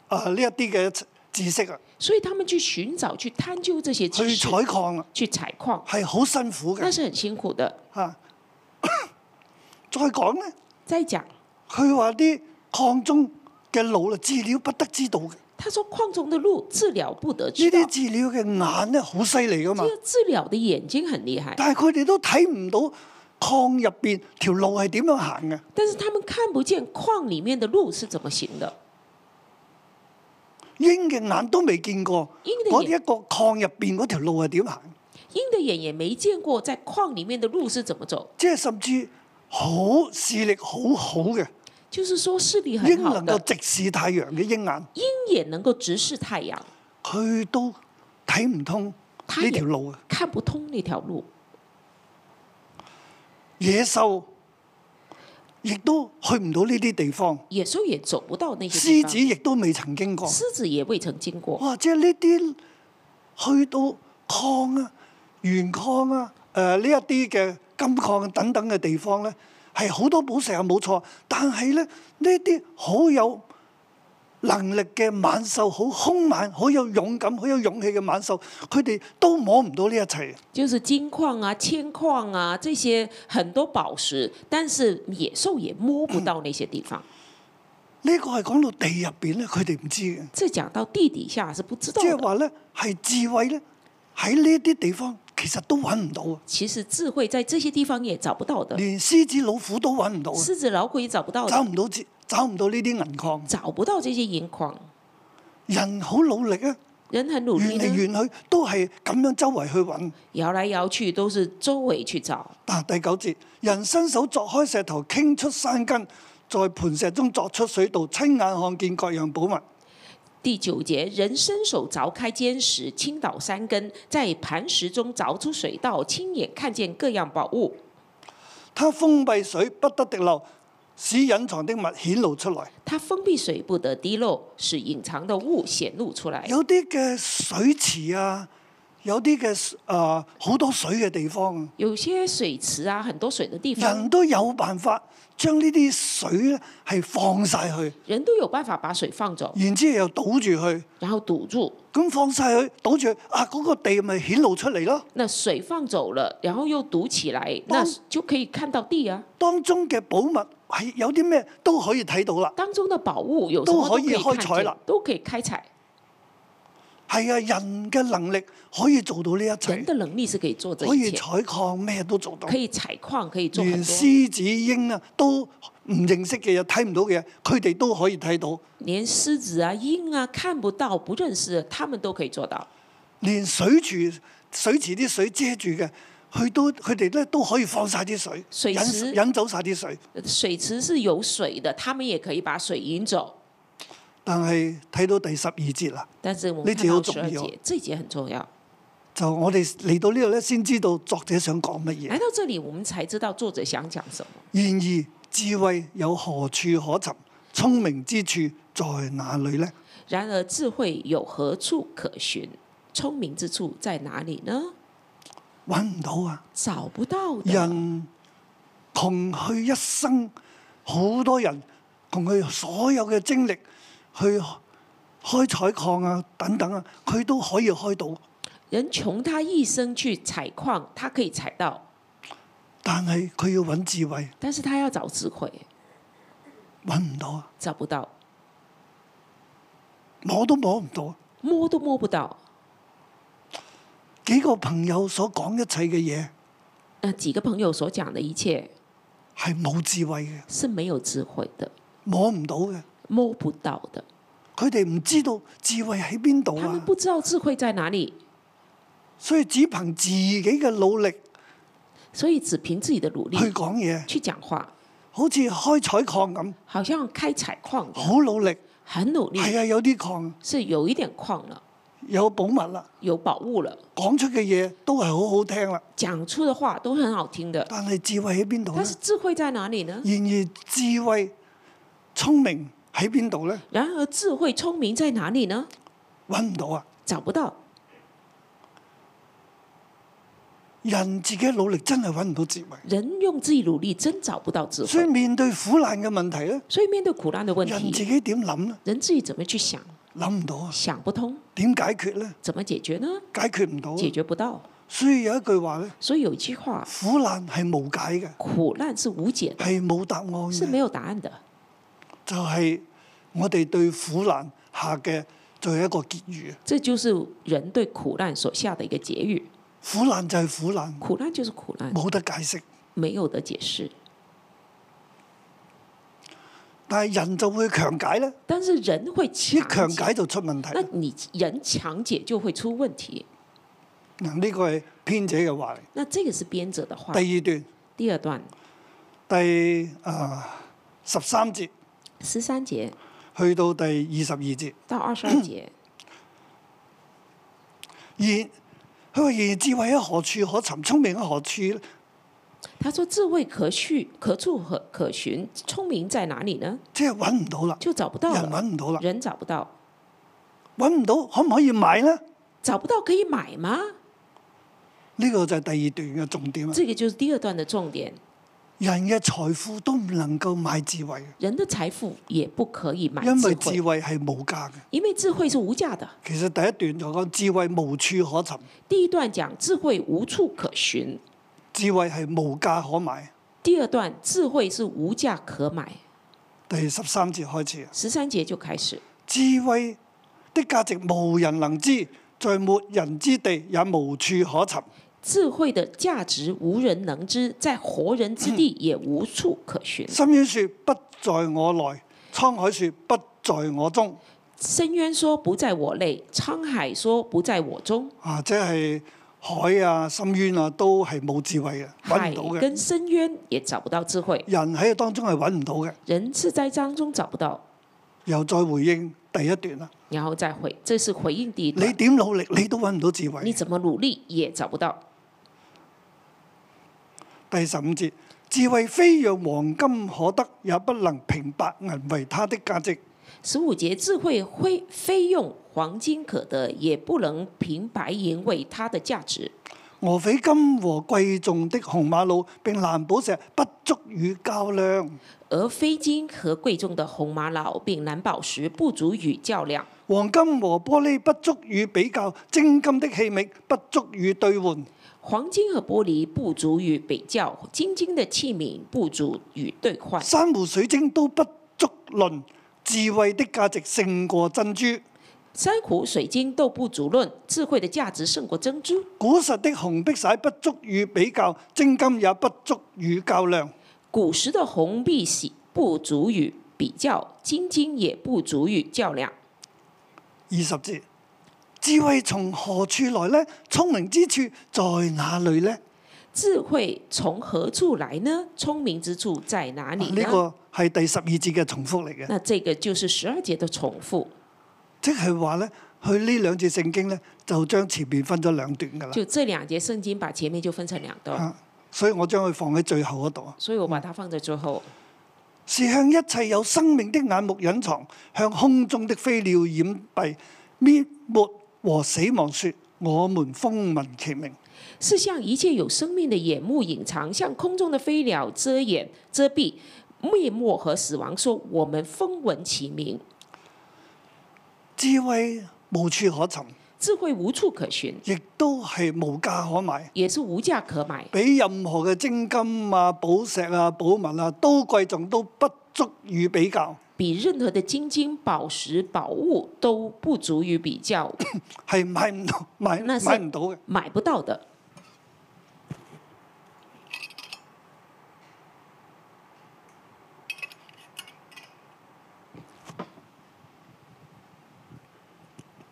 S2: 啊呢一啲嘅知識啊，
S3: 所以他们去寻找、去探究这些
S2: 去
S3: 知识，
S2: 採礦啊，
S3: 去采矿，
S2: 係好辛苦
S3: 那
S2: 嘅
S3: 是很辛苦的。
S2: 啊。 [coughs] 再講呢，
S3: 再讲，
S2: 佢話啲礦中嘅路啊，資料不得之道嘅，呢
S3: 他说矿中的路治疗不得之道
S2: 啲，資料嘅眼咧好犀利噶嘛
S3: 这，个治疗的眼睛很厉害，
S2: 但係佢哋都睇唔到礦入邊條路係點樣行嘅。
S3: 但是他们看不见矿里面的路是怎么行的。
S2: 鷹嘅眼都未見過，
S3: 鷹嘅
S2: 嗰
S3: 眼
S2: 一個礦入邊嗰條路係點行？
S3: 鹰的眼也没见过在矿里面的路是怎么走，
S2: 即係甚至好視力好好嘅，
S3: 就是说视力
S2: 鷹
S3: 很好
S2: 能夠
S3: 的
S2: 直視太陽嘅鷹眼，
S3: 鹰眼能够直视太阳，
S2: 佢都睇唔通
S3: 他也
S2: 呢條路啊！
S3: 看不通那条路，
S2: 野獸亦都去唔到呢啲地方，
S3: 野兽也走不到那些地
S2: 獅
S3: 方
S2: 子，亦都未曾經過。
S3: 狮子也未曾经过。
S2: 哇！即係呢啲去到礦啊、原礦啊、誒呢一啲嘅金礦等等嘅地方咧，係好多寶石啊，冇錯。但係咧，呢啲好有能力嘅猛獸，好兇猛、好有勇敢、好有勇氣嘅猛獸，佢哋都摸唔到呢一切。
S3: 就是金矿啊、铅矿啊这些很多宝石，但是野兽也摸不到那些地方。
S2: 呢、個係講到地入邊咧，佢哋唔知嘅。
S3: 这讲到地底下是不知道
S2: 即係
S3: 的。
S2: 話咧，係智慧咧喺呢啲地方其實都揾唔到啊，
S3: 其实智慧在这些地方也找不到的，
S2: 連獅子老虎都揾唔到啊，
S3: 狮子、老虎也找不到
S2: 找
S3: 的，
S2: 唔到找唔到呢啲銀礦。
S3: 找不到这些银矿。
S2: 人好努力啊，
S3: 人很努力
S2: 遠嚟
S3: 呢，
S2: 遠去都係咁樣周圍去揾。
S3: 摇来摇去都是周围去找。
S2: 嗱，第九節，人伸手鑿開石頭，傾出山根，在磐石中鑿出水道，親眼看見各樣寶物。
S3: 第九节，人伸手凿开坚石，倾倒山根，在磐石中凿出水道，亲眼看见各样宝物。
S2: 他封閉水不得滴漏，使隱藏的物顯露出來。
S3: 他封闭水不得滴漏，使隐藏的物显露出来。
S2: 有啲嘅水池啊，有啲嘅誒好多水嘅地方啊，
S3: 有些水池啊，很多水的地方，
S2: 人
S3: 人
S2: 都有辦法將呢啲水咧係放晒去，
S3: 都有辦法把水放走，
S2: 然之後又堵住佢。
S3: 然後堵住。
S2: 咁放晒佢，堵住佢啊！嗰、個地咪顯露出嚟咯。
S3: 那水放走了，然後又堵起來，那就可以看到地啊。
S2: 當中嘅寶物係有啲咩都可以睇到啦。
S3: 當中的寶物有什麼
S2: 都可
S3: 可
S2: 以開
S3: 看
S2: 採
S3: 見
S2: 啦，
S3: 都可以開採。
S2: 係啊，人嘅能力可以做到呢一
S3: 人
S2: 切，
S3: 的能力是可以做這
S2: 可
S3: 一
S2: 以
S3: 切，
S2: 採礦咩都做到
S3: 可。以採礦，可以做很
S2: 連
S3: 多。
S2: 獅子、鷹啊都唔認識嘅嘢、睇唔到嘅嘢，佢哋都可以睇到。
S3: 連獅子啊、鷹啊看不到、不認識的，他們都可以做到。
S2: 連水池、水池啲水遮住嘅，佢都佢哋咧都可以放晒啲水，
S3: 水
S2: 引
S3: 池
S2: 引走晒啲水。
S3: 呃水池是有水的，他們也可以把水引走。
S2: 但係睇到第十二節啦。
S3: 但是我
S2: 呢
S3: 們
S2: 節
S3: 看
S2: 好
S3: 到
S2: 重
S3: 十二
S2: 要
S3: 節，這一節很重要。
S2: 就我哋嚟到呢度咧，先知道作者想講乜嘢
S3: 来。到这里，我们才知道作者想講什么。
S2: 然而智慧有何處可尋？聰明之處在哪裏呢？
S3: 然而智慧有何处可寻？聰明之处在哪里呢？
S2: 揾唔到啊！
S3: 找不到的。
S2: 人窮去一生，好多人窮佢所有嘅精力去開採礦啊等等啊，佢都可以開到，
S3: 人窮他一生去採礦，他可以採到，
S2: 但係佢要揾智慧，
S3: 但是他要找智慧，
S2: 揾唔到啊！
S3: 找不到，
S2: 摸都摸唔到啊。
S3: 摸都摸不到。
S2: 幾個朋友所講一切嘅嘢
S3: 那几个朋友所講的一切
S2: 係冇智慧嘅，
S3: 是沒有智慧的，
S2: 摸唔到嘅。
S3: 摸不到的。
S2: 佢哋唔知道智慧喺邊度
S3: 他們
S2: 啊！
S3: 不知道智慧在哪里，
S2: 所以只憑自己嘅努力
S3: 所以只憑自己的努力
S2: 去講嘢，
S3: 去講話，
S2: 好似開採礦咁，
S3: 好像開採礦的，
S2: 好努力。
S3: 很努力，
S2: 係啊，有啲礦
S3: 是有一點礦了。
S2: 有寶物啦，
S3: 有寶物了，
S2: 講出嘅嘢都係好好聽啦。
S3: 講出的話都很好聽的，
S2: 但係智慧喺邊度呢
S3: 但是？智慧在哪裡呢？
S2: 然而智慧、聰明喺邊度呢？
S3: 然而智慧、聰明在哪裡呢？
S2: 揾唔到啊！
S3: 找不到，
S2: 人自己努力真係揾唔到智慧，
S3: 人用自己努力真找不到智
S2: 所以
S3: 慧。
S2: 面對苦難嘅問題咧，
S3: 所以面對苦難的問
S2: 人自
S3: 題，
S2: 己點諗呢？
S3: 人自己怎麼去想，
S2: 諗唔到啊！
S3: 想不通，
S2: 點解決呢？
S3: 怎麼解決呢？
S2: 解決唔到啊。
S3: 解決不到。
S2: 所以有一句話咧，
S3: 所以有一句話，
S2: 苦難係無解嘅。
S3: 苦難是無解的，
S2: 係冇答案嘅
S3: 是沒有答案的。
S2: 就係我哋對苦難下嘅最後一個結語。
S3: 這就是人對苦難所下的一個結語。
S2: 苦難就係苦難，
S3: 苦難就是苦難，
S2: 冇得解釋，
S3: 没有得解释。
S2: 但係人就會強解咧，
S3: 但是人会
S2: 一
S3: 强
S2: 強
S3: 解，
S2: 解就出問題
S3: 那
S2: 啦。
S3: 你人强解就会出问题。
S2: 嗱，呢個係編者嘅話嚟。
S3: 那这个是编者的话。
S2: 第二段
S3: 第二段
S2: 第啊十三節
S3: 十三节
S2: 去到第二十二節，
S3: 到二十二节，
S2: 然佢話然而智慧喺何處可尋，聰明喺何處咧？
S3: 他说：“智慧可去，可处可可寻，聪明在哪里呢？
S2: 即係揾唔到啦，
S3: 就找不到
S2: 人
S3: 了，
S2: 揾唔到啦，
S3: 人找不到，
S2: 揾唔到可唔可以買咧？
S3: 找不到可以买吗？
S2: 呢、個就係第二段嘅重點啊！
S3: 这个就是第二段的重点。
S2: 人嘅財富都唔能夠買智慧嘅，
S3: 人的财富也不可以买
S2: 因
S3: 智
S2: 為智慧
S3: 慧，
S2: 係無價嘅。
S3: 因为智慧是无价的。
S2: 其實第一段就講智慧無處可尋，
S3: 第一段讲智慧无处可寻，
S2: 智慧係無價可買。
S3: 第二段智慧是无价可买。
S2: 第十三節開始，
S3: 十三节就开始，
S2: 智慧的價值無人能知，在沒人之地也無處可尋。
S3: 智慧的价值无人能知，在活人之
S2: [laughs]
S3: 地也无处可寻。
S2: 深淵說不在我內，滄海說不在我中。
S3: 深渊说不在我内，沧海说不在我中，
S2: 啊，即係海啊、深淵啊，都係冇智慧嘅，揾
S3: 海
S2: 唔到嘅。
S3: 跟深渊也找不到智慧，
S2: 人喺當中係揾唔到嘅。
S3: 人是在当中找不到。
S2: 又再回應第一段啦，
S3: 然后再回，这是回应第一
S2: 你
S3: 段。
S2: 點努力你都揾唔到智
S3: 你
S2: 慧。
S3: 怎么努力也找不到。
S2: 第十五節，智慧非讓黃金可得，也不能平白銀為它的價值。
S3: 十五节，智慧非非用黄金可得，也不能凭白银为它的价值。
S2: 俄斐金和貴重的紅瑪瑙並藍寶石不足與較量，
S3: 而非金和贵重的红玛瑙并蓝宝石不足与较量，
S2: 黃金和玻璃不足與比較，精金的器皿不足與兑換。
S3: 黄金和玻璃不足与比较，金金的器皿不足与兑换，
S2: 珊瑚水晶都不足論，智慧的價值勝過珍珠。
S3: 珊瑚、水晶都不足论，智慧的价值胜过珍珠。
S2: 古實的紅碧玺不足與比較，精金也不足與較量。
S3: 古时的红碧玺不足与比较，金金也不足与较量。
S2: 二十節，智慧從何處來呢？聰明之處在哪裏呢？
S3: 智慧從何处来呢？聪明之处在哪
S2: 啊呢、
S3: 里
S2: 個
S3: 呢？
S2: 係第十二節嘅重複嚟嘅，
S3: 那这个就是十二节的重复，
S2: 即係話呢，佢呢兩節聖經呢，就將前面分咗兩段㗎啦。
S3: 就这两节圣经把前面就分成两段，
S2: 啊所以我將佢放喺最後嗰度啊。
S3: 所以我把它放在最后。
S2: 是向一切有生命的眼目隱藏，向空中的飛鳥掩蔽，滅沒和死亡說：我們風聞其名。
S3: 是向一切有生命的眼目隐藏，向空中的飞鸟遮掩遮蔽，灭没和死亡说：“我们风闻其名，
S2: 智慧無處可尋，
S3: 智慧无处可寻，
S2: 亦都係無價可買。
S3: 也是无价可买，
S2: 比任何嘅精金啊、寶石啊、寶物啊都貴重，都不足與比較，
S3: 比任何的金金宝石宝物都不足以比较，
S2: 係買唔到、買
S3: 那是
S2: 買唔到嘅。
S3: 买不到的。”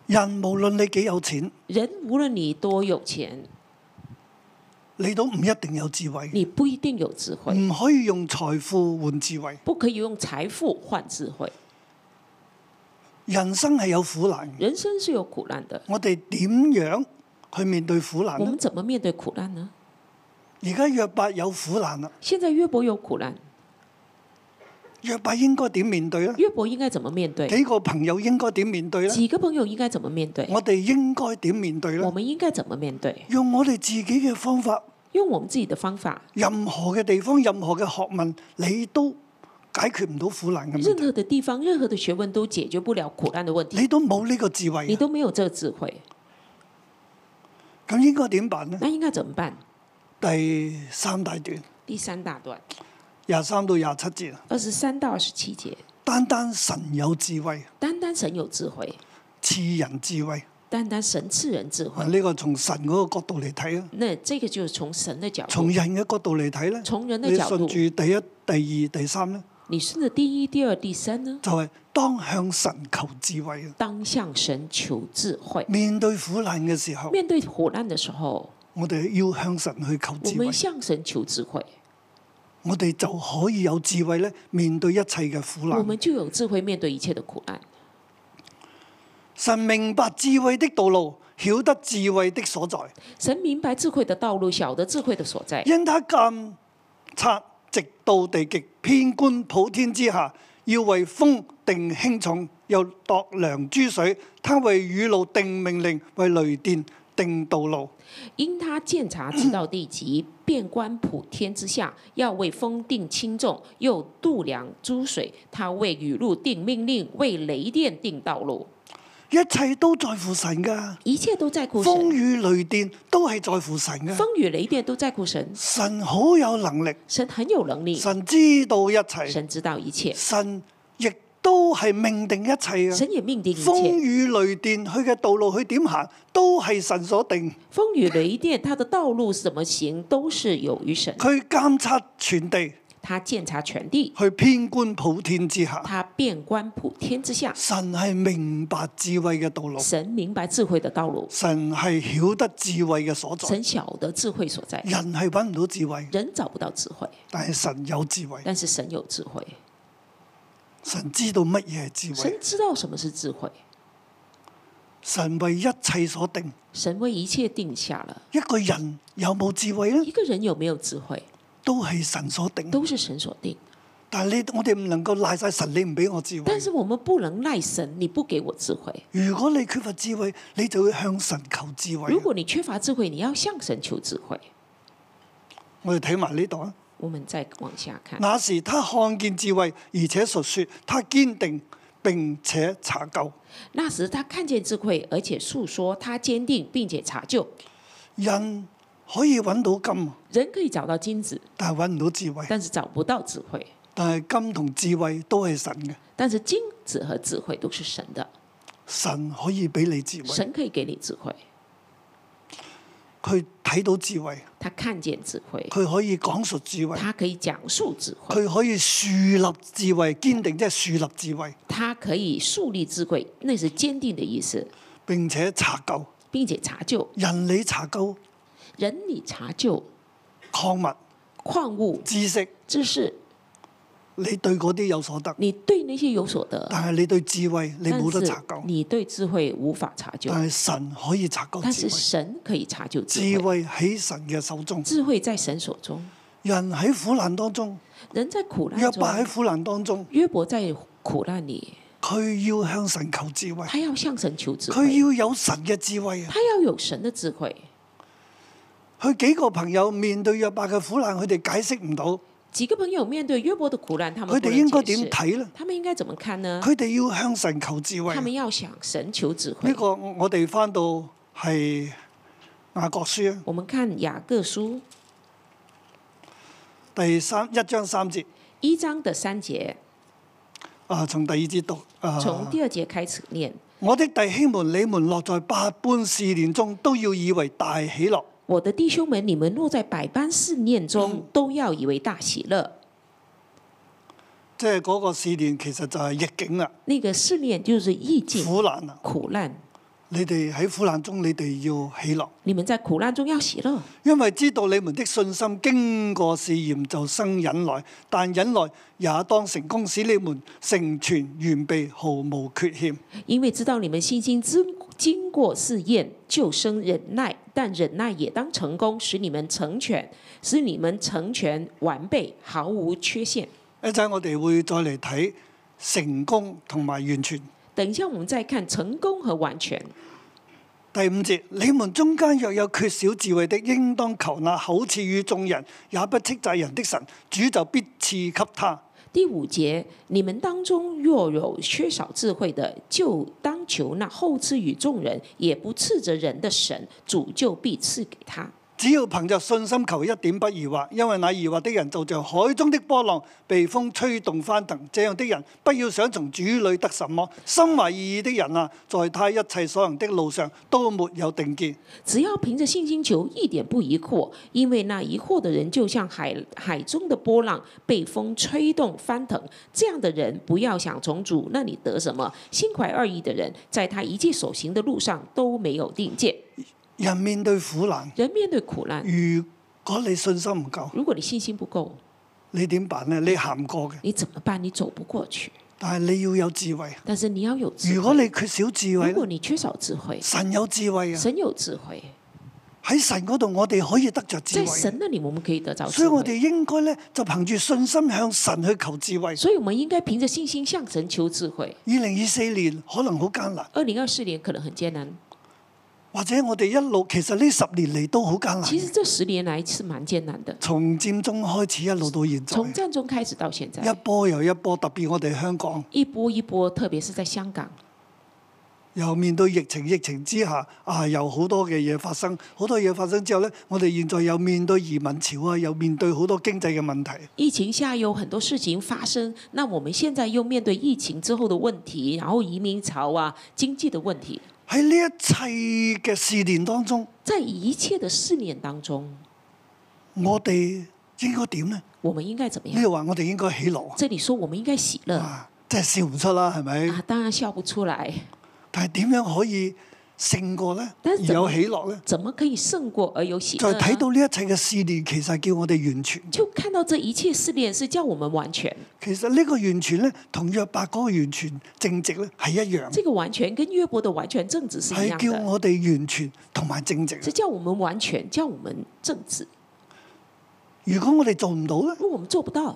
S2: 人無論你幾有錢，
S3: 人无论你多有钱，
S2: 你都唔一定有智慧，
S3: 你不一定有智慧，
S2: 唔可以用財富換智慧。
S3: 不可以用财富换智慧。
S2: 人生係有苦難嘅，
S3: 人生是有苦难的，
S2: 我哋點樣去面對苦難
S3: 我
S2: 呢
S3: 们？怎么面对苦难呢？
S2: 而家約伯有苦難啦，
S3: 现在约伯有苦难，
S2: 約伯應該點面對呢？
S3: 约伯應該怎么面对？
S2: 幾個朋友應該點面對呢？
S3: 几个朋友應該怎么面对？
S2: 啊我哋應該點面對
S3: 我
S2: 呢？
S3: 们應該怎么面对？
S2: 用我哋自己嘅方法。
S3: 用我们自己的方法，
S2: 任何嘅地方、任何嘅學問，你都解決唔到苦難嘅問
S3: 任
S2: 題，
S3: 何的地方、任何的学问都解決不了苦難的問題，
S2: 你都冇呢個智慧
S3: 你
S2: 啊，
S3: 都沒有這個智慧，
S2: 咁應該點辦呢？
S3: 那應該怎麼辦？
S2: 第三大段
S3: 第三大段，
S2: 廿三到廿七節，啊
S3: 二十三到二十七节，
S2: 單單神有智慧，
S3: 單單神有智慧，
S2: 賜人智慧，
S3: 单单神赐人智慧
S2: 啊，。呢個從神嗰個角度嚟睇啊，
S3: 那这个就是从神的角
S2: 從
S3: 度，
S2: 人嘅角度嚟睇咧，
S3: 从人的
S2: 你
S3: 角
S2: 順
S3: 度，
S2: 住第一、第二、第三咧，
S3: 你顺着第一、第二、第三呢，
S2: 就係當向神求智慧啊。
S3: 当向神求智慧。
S2: 面對苦難嘅時候，
S3: 面对苦难的时候，
S2: 我哋要向神去求
S3: 我
S2: 智慧
S3: 们，向神求智慧，
S2: 我哋就可以有智慧咧，面對一切嘅苦
S3: 我
S2: 難。
S3: 们就有智慧面对一切的苦难。
S2: 神明白智慧的道路，曉得智慧的所在，
S3: 神明白智慧的道路，晓得智慧的所在，
S2: 因他監察直到地極，遍觀普天之下，要為風定輕重，又度量諸水。他為雨露定命令，為雷電定道路。
S3: 因他鉴察知道
S2: [clears throat]
S3: 地极，遍观普天之下，要为风定轻重，又度量诸水。他为雨露定命令，为雷电定道路。
S2: 一切都在乎神噶，
S3: 一切都在乎
S2: 風
S3: 神，
S2: 雨啊雷電都係在乎神噶。
S3: 风雨雷电都在乎神。
S2: 神好有能力，
S3: 神很有能力，
S2: 神知道一切，
S3: 神知道一切，
S2: 神亦都係命定一切啊。
S3: 神也命定一
S2: 風
S3: 切。
S2: 雨雷電，佢嘅道路佢點行都係神所定，
S3: 风雨雷电，他的道路怎么行，都是有于神。
S2: 佢監察全地，
S3: 他鉴察全地，
S2: 去偏觀普天之下。
S3: 他遍观普天之下。
S2: 神係明白智慧嘅道路，
S3: 神明白智慧的道路，
S2: 神係曉得智慧嘅所在。
S3: 神晓得智慧所在。
S2: 人係揾唔到智慧，
S3: 人找不到智慧，
S2: 但係神有智慧，
S3: 但是神有智慧。
S2: 神知道乜嘢係智
S3: 神
S2: 慧，
S3: 知道什么是智慧，
S2: 神為一切所定。
S3: 神为一切定下了。
S2: 一個人有冇智慧呢？
S3: 一个人有没有智慧，
S2: 都係神所定。
S3: 都是神所定。
S2: 但係你我哋唔能夠賴晒神，你唔俾我智慧
S3: 但。是我们不能赖神，你不给我智慧。
S2: 如果你缺乏智慧，你就會向神求智慧
S3: 如。果你缺乏智慧，你要向神求智慧。
S2: 我哋睇埋呢度啊。
S3: 我们再往下看，
S2: 那時他看見智慧，而且述說，他堅定並且查究。
S3: 那时他看见智慧，而且诉说他坚定，并且查究。
S2: 人可以揾到金，
S3: 人可以找到金子，
S2: 但係揾唔到智慧。
S3: 但是找不到智慧。
S2: 但係金同智慧都係神嘅，
S3: 但是金子和智慧都是神的，
S2: 神可以俾你智慧。
S3: 神可以给你智慧。
S2: 佢睇到智慧，
S3: 他看见智慧，
S2: 佢可以講述智慧，
S3: 他可以讲述智慧，
S2: 佢可以樹立智慧，堅定即係樹立智慧。
S3: 他可以树立智慧，那是坚定的意思，
S2: 並且查究
S3: 并且查究
S2: 人理查究
S3: 人理查究
S2: 礦物
S3: 矿物
S2: 知識，
S3: 知识，
S2: 你對嗰啲有所得，
S3: 你对那些有所得，
S2: 但係你對智慧你
S3: 但
S2: 冇得
S3: 是
S2: 查究。
S3: 你对智慧无法查究，
S2: 但係神可以查究
S3: 但
S2: 智
S3: 是
S2: 慧，
S3: 神可以查究智
S2: 智慧
S3: 慧，
S2: 喺神嘅手中。
S3: 智慧在神手中。
S2: 人喺苦難當中，
S3: 人在苦
S2: 約
S3: 难中
S2: 伯，喺苦難當中，
S3: 约伯在苦难里，
S2: 佢要向神求智慧，
S3: 他要向神求智
S2: 佢
S3: 慧，
S2: 要有神嘅智慧啊！
S3: 他要有神的智慧。
S2: 佢幾個朋友面對約伯嘅苦難，佢哋解釋唔到，
S3: 几个朋友面对约伯的苦难，他
S2: 佢
S3: 们不
S2: 哋
S3: 能
S2: 應該
S3: 解
S2: 點
S3: 释
S2: 睇呢？
S3: 他们应该怎么看呢？
S2: 佢哋要向神求智慧
S3: 他。们要想神求智慧。
S2: 呢個我哋翻到係雅各書啊
S3: 我们看雅各书
S2: 第三一章三節
S3: 一章的三节，
S2: 啊，從第二節讀啊。
S3: 从第二节开始念。
S2: 我的弟兄們，你們落在百般試煉中，都要以為大喜樂。
S3: 我的弟兄们，你们落在百般试炼中，
S2: 嗯
S3: 都要以为大喜乐。
S2: 即係嗰個試煉其實就係逆境啦，
S3: 那个试炼就是逆境、
S2: 苦難啦。
S3: 苦難。
S2: 你哋喺苦難中，你哋要喜樂，
S3: 你们在苦難中要喜樂，
S2: 因為知道你們的信心經過試驗就生忍耐，但忍耐也當成功，使你們成全完備，毫無缺欠。
S3: 因为知道你们信心经经过试验，就生忍耐。但忍耐也当成功，使你们成全，使你们成全完备，毫無缺陷。
S2: 一陣我哋會再嚟睇成功同埋完全。
S3: 等一下，我们再看成功和完全。
S2: 第五節，你們中間若有缺少智慧的，應當求那口賜與眾人，也不斥責人的神，主就必賜給他。
S3: 第五节，你们当中若有缺少智慧的，就当求那后赐与众人，也不斥责人的神，主就必赐给他。
S2: 只要憑着信心求一點不疑惑，因為那疑惑的人就像海中的波浪，被風吹動翻騰。這樣的人不要想從主裏得什麼。心懷二意的人啊，在他一切所行的路上都沒有定見。
S3: 只要凭着信心求，一点不疑惑，因为那疑惑的人就像海海中的波浪，被风吹动翻腾。这样的人不要想从主那里得什么，心怀二意的人，在他一切所行的路上都没有定见。
S2: 人面對苦難，
S3: 人面对苦难，
S2: 如果你信心唔夠，
S3: 如果你信心不夠，
S2: 你點辦呢？你行唔過嘅，
S3: 你怎么办？你走不过去。
S2: 但係你要有智慧。
S3: 但是你要有智慧。
S2: 如果你缺少智慧
S3: 如，果你缺少智慧，
S2: 神有智慧啊！
S3: 神有智慧，
S2: 喺神嗰度，我哋可以得着智
S3: 在
S2: 慧。啊
S3: 神那里我们可以得到
S2: 所以
S3: 智
S2: 我
S3: 慧。
S2: 哋應該咧就憑住信心向神去求智慧。
S3: 所以我们应该凭着信心向神求智慧。
S2: 二零二四年可能好艱難，
S3: 二零二四年可能很艰难，
S2: 或者我哋一路其實呢十年嚟都好艱
S3: 其
S2: 難。
S3: 实这十年来是蛮艰难的，
S2: 從佔中開始一路到現
S3: 从
S2: 在，
S3: 战中开始到现在，
S2: 一波又一波，特別我哋香港
S3: 一波一波，特别是在香港，
S2: 又面對疫情，疫情之下啊，有好多嘅嘢發生，好多嘢發生之後咧，我哋現在又面對移民潮啊，又面對好多經濟嘅問題。
S3: 疫情下有很多事情发生，那我们现在又面对疫情之后的问题，然后移民潮啊，经济的问题，
S2: 喺呢一切嘅試煉當中，
S3: 在一切的试炼当中，
S2: 我哋應該點呢？
S3: 我们应该怎么
S2: 呢
S3: 样？
S2: 度話我哋應該喜樂啊
S3: 这里说我们应该喜乐啊，
S2: 啊，即係笑唔出啦，係咪？
S3: 当然笑不出来，
S2: 但係點樣可以勝過呢？而
S3: 啊但係
S2: 有喜樂呢？
S3: 怎么可以胜过而有喜
S2: 就
S3: 乐
S2: 係睇
S3: 呢？
S2: 到呢一切嘅試煉，其實係叫我哋完全。
S3: 就看到这一切试炼是叫我们完全，
S2: 其實呢個完全呢，同約伯嗰個完全正直呢係一樣，
S3: 这个完全跟约伯的完全正直是一
S2: 係
S3: 样
S2: 叫
S3: 的，
S2: 我哋完全同埋正直。
S3: 是叫我们完全，叫我们正直。
S2: 如果我哋做唔到呢，
S3: 如果我们做不到，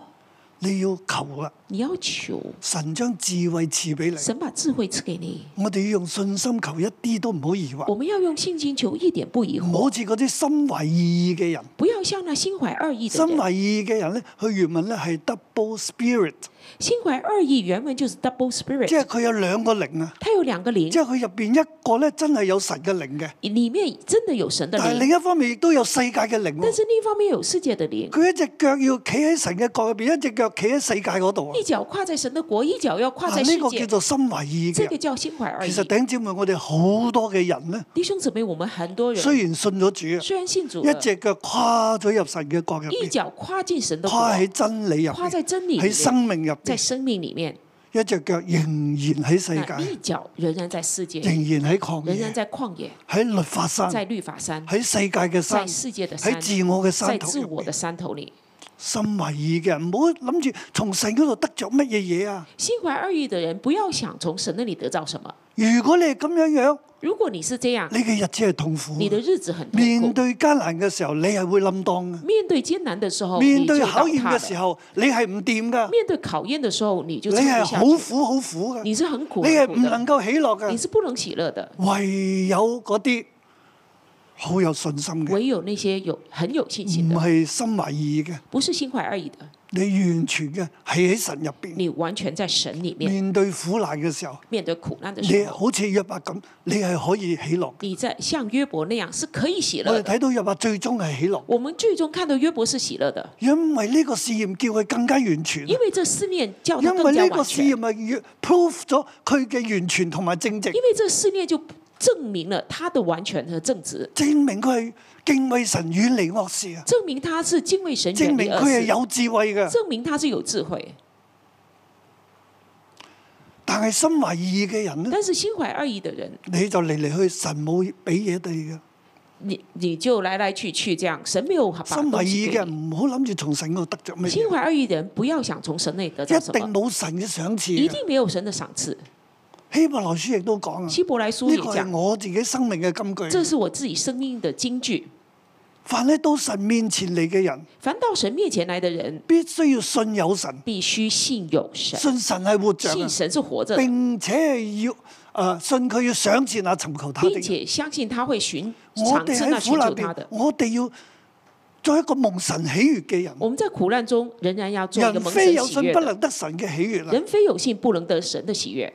S2: 你要求啦，
S3: 你要求
S2: 神將智慧賜俾你。
S3: 神把智慧赐给你。
S2: 我哋要用信心求，一啲都唔好疑惑，
S3: 我们要用信心求，一点不疑
S2: 唔
S3: 惑，
S2: 好似嗰啲心懷二意嘅人。
S3: 不要像那心怀二意
S2: 心
S3: 的
S2: 懷
S3: 人。
S2: 二意嘅人呢，佢原文呢係 double spirit，
S3: 心怀二意原文就是 double
S2: 即係
S3: spirit，
S2: 佢有兩個靈啊。
S3: 它有两个灵
S2: 即，係佢入邊一個咧，真係有神嘅靈嘅，
S3: 里面真的有神的
S2: 但係
S3: 灵，
S2: 另一方面亦都有世界嘅靈
S3: 但
S2: 喎。
S3: 是另一方面有世界的灵。
S2: 佢一隻腳要企喺神嘅國入邊，一隻腳企喺世界嗰度啊
S3: 一！脚跨在神的国，一脚要跨
S2: 嗱，
S3: 在
S2: 呢
S3: 世
S2: 個啊叫
S3: 界，
S2: 做心懷二意嘅
S3: 这个
S2: 人。
S3: 叫心怀二意
S2: 其。實頂姊妹，我哋好多嘅人咧，
S3: 弟兄姊妹，我们很多人
S2: 雖然信咗主
S3: 虽然信主
S2: 啊，
S3: 了
S2: 一，隻腳跨咗入神嘅國入
S3: 一
S2: 邊，
S3: 脚跨进神的国，
S2: 跨喺真理入
S3: 跨
S2: 邊，
S3: 在真理里
S2: 喺
S3: 面，
S2: 生命入
S3: 在
S2: 邊，
S3: 生命里面，
S2: 一隻腳仍然喺世
S3: 那一
S2: 界，
S3: 脚仍然在世界，
S2: 仍然喺曠
S3: 仍然
S2: 野，
S3: 在旷野，
S2: 喺律法山，
S3: 在律法山，
S2: 喺世界嘅
S3: 在
S2: 山，
S3: 世界的山
S2: 喺，啊自我嘅
S3: 在
S2: 山頭
S3: 自
S2: 入
S3: 我
S2: 邊
S3: 的。山头里。
S2: 心懷意嘅，唔好諗住從神嗰度得着乜嘢嘢啊！
S3: 心怀二意的人，不要想从神那里得到什么。
S2: 如果你係咁樣樣，
S3: 如果你是这样，
S2: 你嘅日子係痛苦
S3: 你的
S2: 嘅。
S3: 日子很
S2: 面
S3: 痛苦。
S2: 對艱難嘅時候，你係會冧當嘅；
S3: 面对艰难的时候，
S2: 面
S3: 你就
S2: 對
S3: 倒
S2: 考驗
S3: 塌
S2: 嘅時
S3: 了；
S2: 候，你係唔掂噶，
S3: 面对考验的时候，你就
S2: 你
S3: 撑
S2: 係好
S3: 不下去。
S2: 苦好苦嘅，
S3: 你是很苦
S2: 你係
S3: 很苦
S2: 唔能嗯
S3: 的，
S2: 夠喜樂
S3: 你
S2: 嘅。
S3: 是不能喜乐的。
S2: 唯有嗰啲好有信心嘅，
S3: 唯有那些有很有信心
S2: 唔
S3: 的，
S2: 係心懷意嘅，
S3: 不是心怀二意的，
S2: 你完全嘅係喺神入邊。
S3: 你完全在神里面
S2: 面對苦難嘅時候，
S3: 面对苦难的
S2: 嗯你
S3: 时候，
S2: 好似約伯咁，你係可以喜樂嘅。
S3: 你在像约伯那样是可以喜
S2: 我
S3: 乐
S2: 哋
S3: 的。
S2: 睇到約伯最終係喜樂。
S3: 我们最终看到约伯是喜乐的，
S2: 因為呢個試驗叫佢更加完全，
S3: 因为这思念叫他
S2: 因為
S3: 哦更加
S2: 呢個
S3: 完全，
S2: 試驗
S3: 因
S2: 咪越 prove 咗佢嘅完全同埋正直，
S3: 为这思念就证明了他的完全和正直，
S2: 證明佢係敬畏神遠離惡事啊，
S3: 证明他是敬畏神、
S2: 證
S3: 远离
S2: 明
S3: 恶
S2: 佢係
S3: 事，
S2: 有智慧嘅。
S3: 证明他是有智慧。
S2: 但係心懷二意嘅人咧，
S3: 但是心怀二意的人，
S2: 你就嚟嚟去神冇俾嘢你嘅。
S3: 你你就来來去去这样，神没有把
S2: 心懷
S3: 东
S2: 二
S3: 西
S2: 意
S3: 给
S2: 嘅
S3: 你。
S2: 人唔好諗住從神嗰度得着咩嘢，
S3: 心怀二意的人，不要想从神那里得到
S2: 一
S3: 什
S2: 定
S3: 么，
S2: 冇神嘅賞
S3: 一
S2: 賜嘅。
S3: 定没有神的赏赐。
S2: 希伯來書亦都講啊，
S3: 希伯来书
S2: 呢
S3: 也
S2: 個係
S3: 讲，
S2: 我自己生命嘅金
S3: 这
S2: 句。啊
S3: 是我自己生命的金句。
S2: 凡係到神面前嚟嘅人，
S3: 凡到神面前来的人，
S2: 必須要信有神，
S3: 必须信有神，
S2: 信神係活着啊嘅
S3: 信。神是活着的，
S2: 並且要啊信佢要上前啊尋求他
S3: 并
S2: 的。
S3: 且相信他会寻
S2: 我
S3: 赏
S2: 哋
S3: 赐那
S2: 喺
S3: 寻
S2: 苦難
S3: 求他
S2: 邊
S3: 的，。
S2: 我哋要做一個蒙神喜悦嘅人。
S3: 我们在苦难中仍然要做一个
S2: 人
S3: 蒙
S2: 非
S3: 神
S2: 有
S3: 喜
S2: 信
S3: 悦
S2: 不
S3: 的。
S2: 能得神嘅喜悦啦。
S3: 人非有信不能得神的喜悦。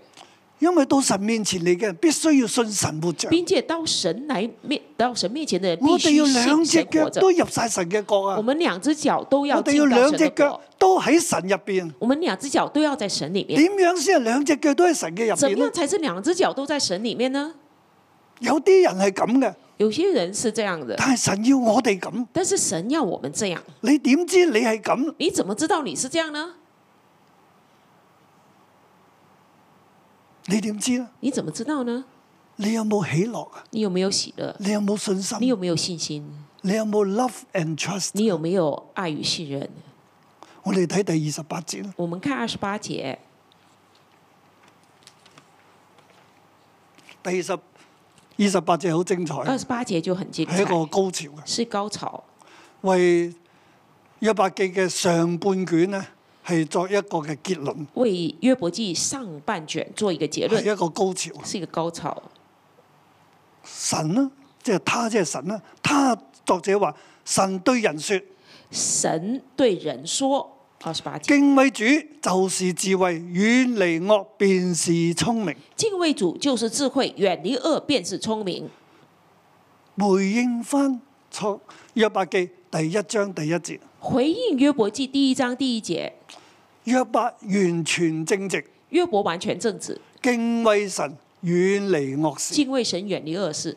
S2: 因為到神面前嚟嘅人必須要信神活着。
S3: 并且到神来面到神面前的人必
S2: 我哋
S3: 须
S2: 要兩
S3: 信
S2: 隻
S3: 神活
S2: 腳
S3: 着。
S2: 都入晒神嘅國啊
S3: 我！们两只脚都要
S2: 我哋要
S3: 进到
S2: 兩
S3: 神
S2: 隻
S3: 的
S2: 腳
S3: 国，
S2: 都喺神入邊。
S3: 我们两只脚都要在神里面。
S2: 點樣先係兩隻腳都喺神嘅入
S3: 怎
S2: 邊
S3: 么
S2: 咧？
S3: 样才是两只脚都在神里面呢？
S2: 有啲人係咁嘅，
S3: 有些人是这样的，
S2: 但係神要我哋咁。
S3: 但是神要我们这样，
S2: 你點知你係咁？
S3: 你怎么知道你是这样呢？
S2: 你點知咧？
S3: 你怎么知道呢？
S2: 你有冇喜樂啊？
S3: 你有没有喜乐？
S2: 你有冇信心？
S3: 你有没有信心？
S2: 你有冇 love and trust？
S3: 你有没有爱与信任？
S2: 我哋睇第二十八節啦。
S3: 我们看二十八
S2: 哎
S3: 节，
S2: 第二十二十八節好精彩，
S3: 二十八节就很精
S2: 係
S3: 彩
S2: 一，個高潮嘅。
S3: 是高潮，
S2: 為約伯記嘅上半卷呢，係作一個嘅結論，
S3: 为约伯记上半卷做一个结
S2: 係
S3: 论，
S2: 一個高潮。
S3: 是一个高潮。
S2: 神呢，即係他，即係神呢。他作者話：神對人說，
S3: 神对人说，二十八节，
S2: 敬畏主就是智慧，遠離惡便是聰明。
S3: 敬畏主就是智慧，远离恶便是聪明。
S2: 回應翻創約伯記第一章第一節，
S3: 回应约伯记第一章第一节，
S2: 約伯完全正直，
S3: 约伯完全正直，
S2: 敬畏神，遠離惡事。
S3: 敬畏神，远离恶事。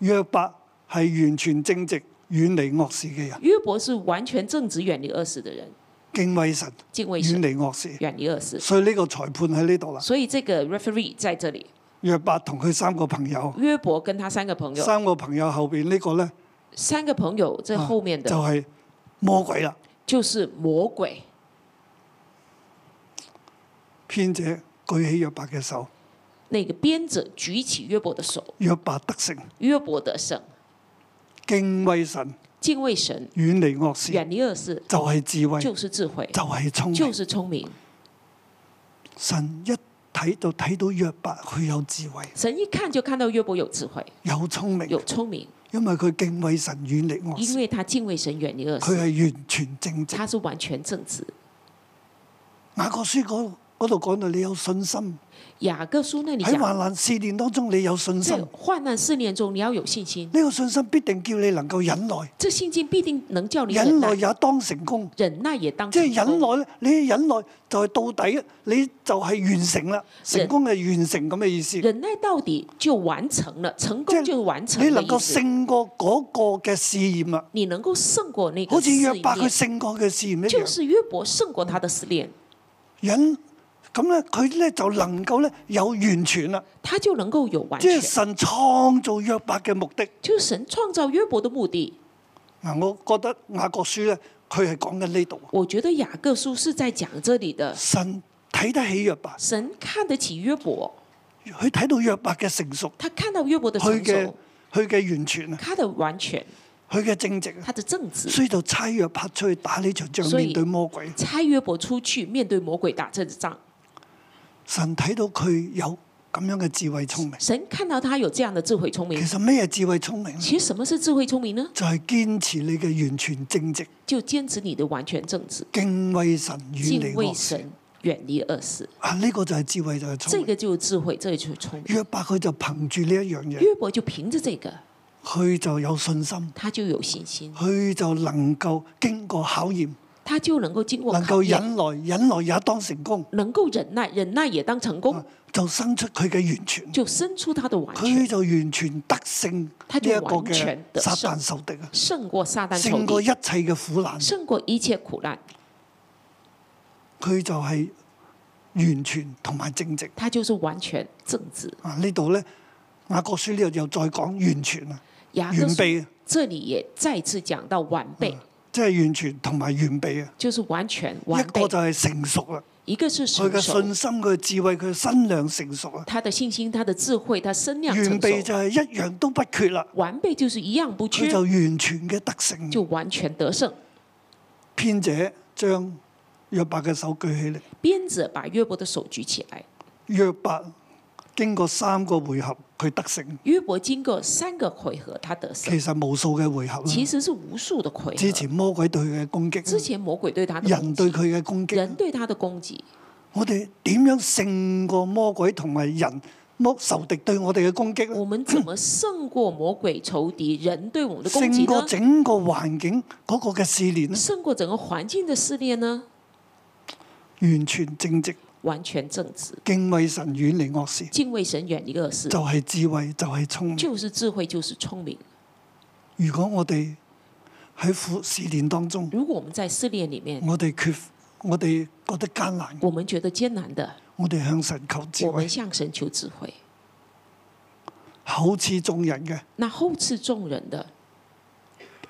S2: 約伯係完全正直，遠離惡事嘅人，
S3: 约伯是完全正直、远离恶事的人，
S2: 敬畏神，
S3: 敬畏
S2: 遠
S3: 神，
S2: 離惡事。
S3: 远离恶事。
S2: 所以呢個裁判喺呢度啦。
S3: 所以这个 referee 在这里，
S2: 約伯同佢三個朋友，
S3: 约伯跟他三个朋友，
S2: 三個啊朋友後邊呢個呢，
S3: 三个朋友这后面
S2: 就
S3: 的
S2: 係魔鬼啦，
S3: 就是魔鬼。
S2: 編者舉起約伯嘅手，
S3: 那个编者举起约伯的手，
S2: 約伯得勝，
S3: 约伯得胜，
S2: 敬畏神，
S3: 敬畏神，
S2: 遠離惡事，
S3: 远离恶事，
S2: 就係智慧，就
S3: 就是智慧，
S2: 係聰明
S3: 就。是聪明。
S2: 神一睇就睇到約伯，佢有智慧，
S3: 神一看就看到约伯有智慧，
S2: 有聰明
S3: 有，聪明，
S2: 因為佢敬畏神，遠離惡
S3: 因
S2: 事，
S3: 为他敬畏神，远离恶
S2: 佢
S3: 事，
S2: 係完全正直。
S3: 他是完全正直。
S2: 雅各書嗰嗰度講到你有信心，
S3: 雅各书那里
S2: 喺
S3: 讲，
S2: 患難試煉當中你有信心，
S3: 在
S2: 呢、
S3: 患难试炼中，你要有信心，
S2: 個信心必定叫你能夠忍耐，
S3: 这信心必定能叫你忍
S2: 忍耐
S3: 耐，
S2: 也當成功。
S3: 忍耐也当
S2: 即
S3: 成
S2: 係忍
S3: 功。
S2: 耐咧，你忍耐就係到底，你就係完成啦，成功係完成咁嘅意思。
S3: 忍耐到底就完成了，成
S2: 即
S3: 功
S2: 係
S3: 就完成
S2: 你
S3: 的
S2: 能夠
S3: 意思。
S2: 勝過嗰個嘅試驗啦，
S3: 你能够勝过那
S2: 好
S3: 个
S2: 似
S3: 试
S2: 約
S3: 验，
S2: 伯佢勝過嘅試驗一
S3: 就
S2: 樣。
S3: 是约伯胜过他的试炼，
S2: 忍咁咧，佢咧就能夠咧有完全啦，
S3: 他就能够有完
S2: 即係
S3: 全。
S2: 神創造約伯嘅目的。
S3: 就是神创造约伯的目的。
S2: 嗱，啊我覺得雅各書咧，佢係講緊呢度，
S3: 我觉得雅各书是在讲这里的，
S2: 神睇得起約伯，
S3: 神看得起约伯，
S2: 佢睇到約伯嘅成熟，
S3: 他看到约伯的
S2: 佢
S3: 成
S2: 嘅
S3: 熟，
S2: 佢嘅完全啊，
S3: 他的完全，
S2: 佢嘅正直啊，
S3: 他的正直，
S2: 所以就差約伯出去打呢場仗，
S3: 所以
S2: 面對魔鬼。
S3: 差约伯出去面对魔鬼打这仗。
S2: 神睇到佢有咁樣嘅智慧聰明。
S3: 神看到他有這樣的智慧聰明
S2: 其。實咩係智慧聰明呢？
S3: 其实什么是智慧聰明呢？
S2: 就係堅持你嘅完全正直，
S3: 就堅持你的完全正直，
S2: 敬畏神，遠離
S3: 敬畏
S2: 惡事。
S3: 神，遠離恶事。
S2: 啊，呢、個就係智慧，就係聰
S3: 这
S2: 明。
S3: 个就是智慧，这个就是聪明。
S2: 約伯佢就憑住呢一樣嘢，
S3: 约伯就憑着这个，
S2: 佢就有信心，
S3: 他就有信心，
S2: 佢就能夠經過考驗，
S3: 他就能夠經過
S2: 能
S3: 考
S2: 夠
S3: 驗，
S2: 忍耐，忍耐也當成功，
S3: 能夠忍耐，忍耐也當成功
S2: 啊，就生出佢嘅完全。
S3: 就生出他的完全
S2: 佢，就完全得勝呢一個
S3: 佢就完全
S2: 嘅
S3: 得
S2: 撒
S3: 勝
S2: 旦仇敵啊，
S3: 勝過撒旦仇
S2: 勝過一
S3: 敵，
S2: 切嘅苦難。
S3: 勝過一切苦難。
S2: 佢就係完全同埋正直。
S3: 他就是完全正直。
S2: 啊，呢度咧雅各書呢度又再講完全啊，
S3: 雅
S2: 完啊
S3: 各書
S2: 備啊，
S3: 这里也再次講到完備，
S2: 即係完全同埋完備啊。
S3: 就是完全
S2: 一
S3: 完
S2: 個就
S3: 備。
S2: 係成熟啦，
S3: 一個是
S2: 佢
S3: 成
S2: 嘅
S3: 熟，
S2: 信心、佢嘅智慧、佢嘅身量成熟啊。
S3: 他的信心、他的智慧、他身量
S2: 完
S3: 成
S2: 備
S3: 熟，
S2: 就係一樣都不缺啦，
S3: 完備就是一樣不
S2: 佢
S3: 缺
S2: 就，完全嘅得勝。
S3: 就完全得勝。
S2: 編者將約伯嘅手舉起嚟，
S3: 鞭子把约伯的手舉起來，
S2: 約伯經過三個回合，佢得勝。
S3: 约伯經過三個回合，他得勝，
S2: 其實無數嘅回合
S3: 其
S2: 啦，
S3: 實是無數的回
S2: 之
S3: 合。
S2: 前魔鬼對佢嘅攻
S3: 之
S2: 擊，
S3: 前魔鬼對他的攻
S2: 人對
S3: 擊，
S2: 佢嘅攻擊
S3: 人，對他的攻擊，
S2: 我哋點樣勝過魔鬼同埋人魔仇敵對我哋嘅攻擊
S3: 我
S2: 咧？
S3: 们怎么胜過魔鬼、仇敵、人對我們的攻
S2: 勝
S3: 擊
S2: 過
S3: 呢？
S2: 整個環境嗰個嘅試煉咧，
S3: 勝過整個環境的試煉呢？
S2: 完全正直，
S3: 完全正直，
S2: 敬畏神，遠離惡事，
S3: 敬畏神，遠離惡事
S2: 就，係、智慧，就係、聰明。
S3: 就是智慧，就是聰明。
S2: 如果我哋喺苦試煉當中，
S3: 如果我們在試煉裡面，
S2: 我哋缺，我哋覺得艱難，
S3: 我們覺得艱難的，
S2: 我哋向神求智
S3: 我
S2: 慧
S3: 們，向神求智慧。
S2: 厚賜眾人嘅
S3: 那厚賜眾人的、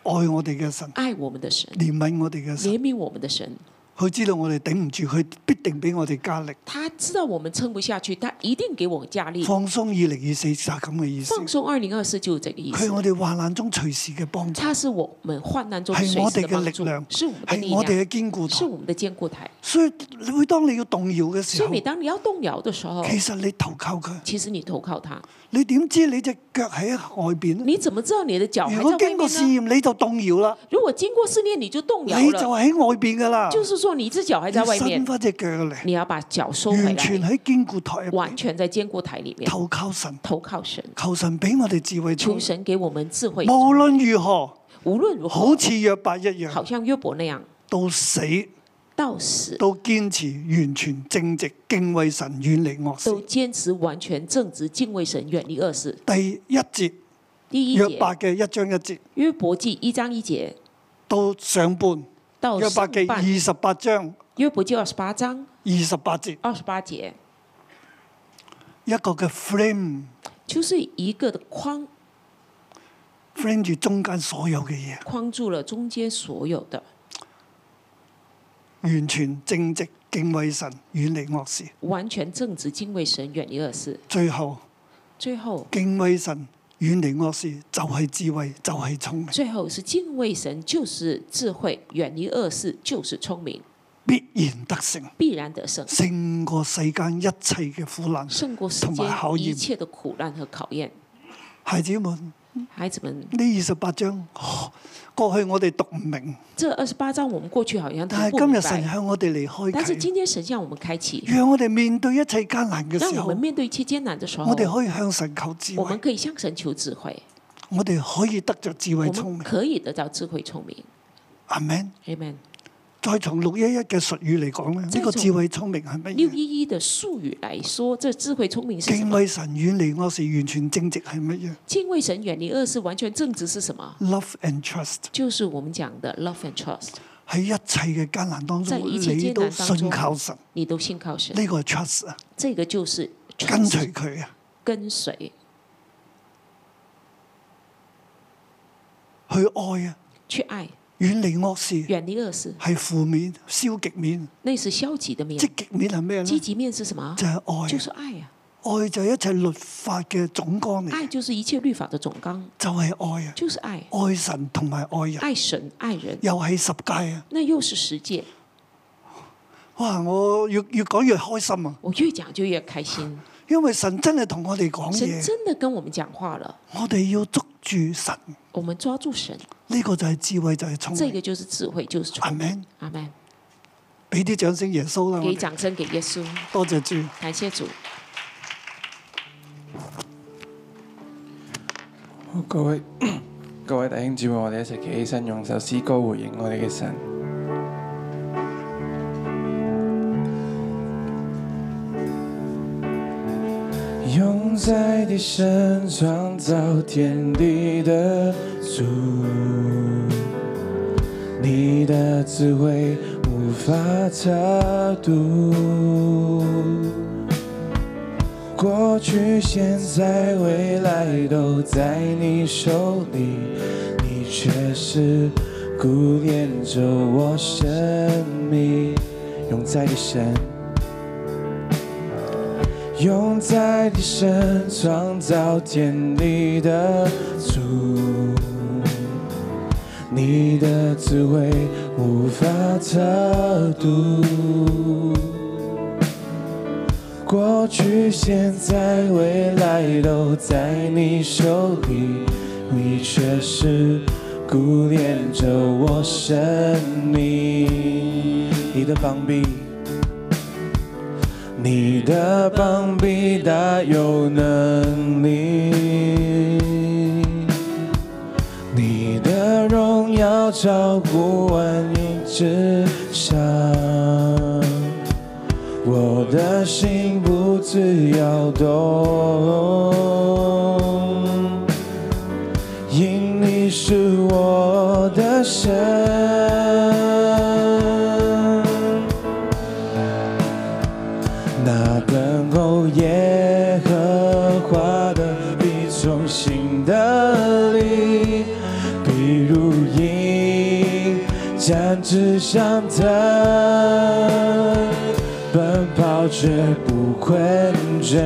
S2: 愛我哋嘅神，
S3: 愛我們的神、
S2: 憐憫我哋嘅神，
S3: 憐憫我們的神，
S2: 佢知道我哋頂唔住，佢必定俾我哋加力。
S3: 他知道我們撐不下去，他一定給我們加力。
S2: 放鬆二零二四就係咁嘅意思。
S3: 放鬆二零二四就是這個意
S2: 佢係
S3: 思。
S2: 我哋患難中隨時嘅幫助，
S3: 它是我們患難中
S2: 係我
S3: 隨時
S2: 哋
S3: 的
S2: 嘅
S3: 幫
S2: 力
S3: 助
S2: 量，，
S3: 是我們的
S2: 係
S3: 力
S2: 我哋
S3: 量，
S2: 嘅堅固
S3: 是
S2: 台。
S3: 我們的堅固台。
S2: 所以每當你要動搖嘅時
S3: 所以
S2: 候，
S3: 每當你要動搖的時候，
S2: 啊其實你投靠佢，
S3: 其實你投靠他，
S2: 你點知你只腳喺外邊咧？
S3: 你怎麼知道你的腳還
S2: 如果
S3: 在外
S2: 經
S3: 面
S2: 過
S3: 啊
S2: 試
S3: 呢？
S2: 驗你就動搖啦，
S3: 如果經過試煉你就動搖
S2: 你就
S3: 了，
S2: 喺外邊噶啦，
S3: 就是說你隻腳還
S2: 你
S3: 在外
S2: 伸
S3: 面，
S2: 翻只腳嚟，
S3: 你要把腳收回
S2: 完全
S3: 來，
S2: 喺堅固台入
S3: 完
S2: 邊
S3: 全在堅固台裡面
S2: 投靠神，
S3: 投靠神，
S2: 求神俾我哋智慧聰
S3: 求
S2: 明。
S3: 神給我們智慧。
S2: 無論如何，
S3: 無論如何，
S2: 好似約伯一樣，
S3: 好像約伯那樣，
S2: 到死
S3: 到死
S2: 到堅持完全正直，敬畏神，遠離惡事
S3: 都。堅持完全正直，敬畏神，遠離惡事。
S2: 第一節
S3: 第一
S2: 約伯
S3: 節
S2: 嘅一章一節
S3: 約伯記一章一節
S2: 到上半
S3: 到
S2: 約伯記
S3: 哦
S2: 二
S3: 上半，
S2: 十八章
S3: 約伯記二十八章
S2: 二十八節
S3: 二十八節，
S2: 一個嘅 frame
S3: 就是一個的框
S2: frame 住中間所有嘅嘢，
S3: 框住了中間所有的，
S2: 完全正直敬畏神，遠離惡事。
S3: 完全正直，敬畏神，遠離惡事。
S2: 最後
S3: 最後，
S2: 敬畏神，遠離惡事就係、智慧，就係、聰明，
S3: 最後是敬畏神，就是智慧；遠離惡事，就是聰明，
S2: 必然得勝，
S3: 必然得勝，
S2: 勝過世間一切嘅苦難。
S3: 勝過世
S2: 同埋考
S3: 間
S2: 驗
S3: 一切的苦難和考驗。
S2: 孩子們，
S3: 孩子們，
S2: 呢二十八章、哦過去我哋讀唔明，
S3: 這二十八章我們過去好像都
S2: 但係
S3: 不
S2: 哎今日
S3: 明
S2: 神
S3: 白，
S2: 向我哋嚟開
S3: 但是
S2: 啟。
S3: 今天神向我們開啟，
S2: 讓我哋面對一切艱難嘅
S3: 讓
S2: 時
S3: 我
S2: 候
S3: 們，面對一切艱難的時候
S2: 我，哋可以向神求智
S3: 我們
S2: 慧，
S3: 可以向神求智慧，
S2: 我哋可以得着智慧
S3: 我
S2: 聰
S3: 們
S2: 明。
S3: 可以得到智慧聰明。
S2: 阿 Man，
S3: Amen。
S2: 再從六一一嘅術語嚟講咧，呢
S3: 再
S2: 個
S3: 從
S2: 智慧聰明係乜
S3: 六
S2: 嘢？
S3: 一一的術語來說，這智慧聰明是什
S2: 敬
S3: 麼？
S2: 畏神遠離惡事，完全正直係乜嘢
S3: 敬畏神、遠離惡事、完全正直是什麼？
S2: ？Love and trust
S3: 就是我們講的 love and trust。
S2: 喺一切嘅艱難當
S3: 在
S2: 中，
S3: 一切
S2: 你
S3: 艱
S2: 都
S3: 難當
S2: 信
S3: 中
S2: 靠神，
S3: 你都信靠神，
S2: 呢個係 trust 啊，
S3: 這個就是
S2: 跟隨佢啊，
S3: 跟隨
S2: 去愛啊，
S3: 去愛，
S2: 遠離惡事
S3: 遠離惡事，
S2: 係負面、消極面、
S3: 那是消極的面。
S2: 積極面係咩咧？
S3: 積
S2: 就
S3: 極面是什麼？
S2: 係愛
S3: 就
S2: 啊，
S3: 是愛啊，
S2: 愛就係一切律法嘅總綱嚟
S3: 愛
S2: 嘅，
S3: 就是一切律法的總綱，
S2: 就係愛啊。
S3: 就是愛，
S2: 愛神同埋愛人，
S3: 愛神愛人，
S2: 又係十戒啊！
S3: 那又是十戒。
S2: 哇，我越越講越開心啊！
S3: 我越講就越開心，
S2: 因為神真係同我哋講
S3: 神
S2: 嘢，
S3: 真的跟我們講話了，
S2: 我哋要捉住神，
S3: 我們抓住神，
S2: 呢、個就係智慧，就係聰
S3: 這
S2: 明。
S3: 個就是智慧，就是
S2: 阿
S3: 聰明。
S2: 門！
S3: 阿門。
S2: 俾啲掌聲耶穌啦！我
S3: 給
S2: 哋
S3: 掌聲給耶穌，
S2: 多謝主。
S3: 感謝主。
S4: 好各位 [coughs] 各位弟兄姊妹，我哋一齊企起身，用首詩歌回應我哋嘅神。用在地神创造天地的主，你的智慧无法测度。过去、现在、未来都在你手里，你却是顾念着我生命，永在的神，永在的神，创造天地的主，你的智慧无法测度。过去、现在、未来都在你手里，你却是顾念着我生命。你的膀臂，你的膀臂大有能力，你的荣耀照顾万民之上，我的心不自由动。因你是我的神，那等候耶和华的必从新的力，必如鹰展翅上腾，奔跑却不困倦，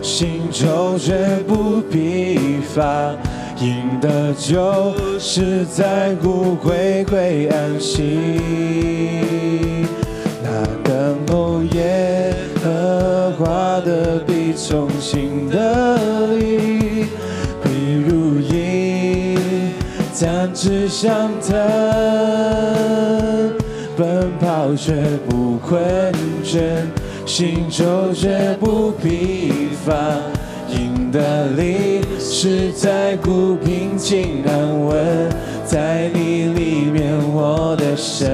S4: 行走却不疲乏。赢的就是在乎会会安息。那等候耶和华的必从新得力，必如鹰展翅上腾，奔跑却不困倦，行走却不疲乏。赢的力是在乎平静安稳，在你里面我的神。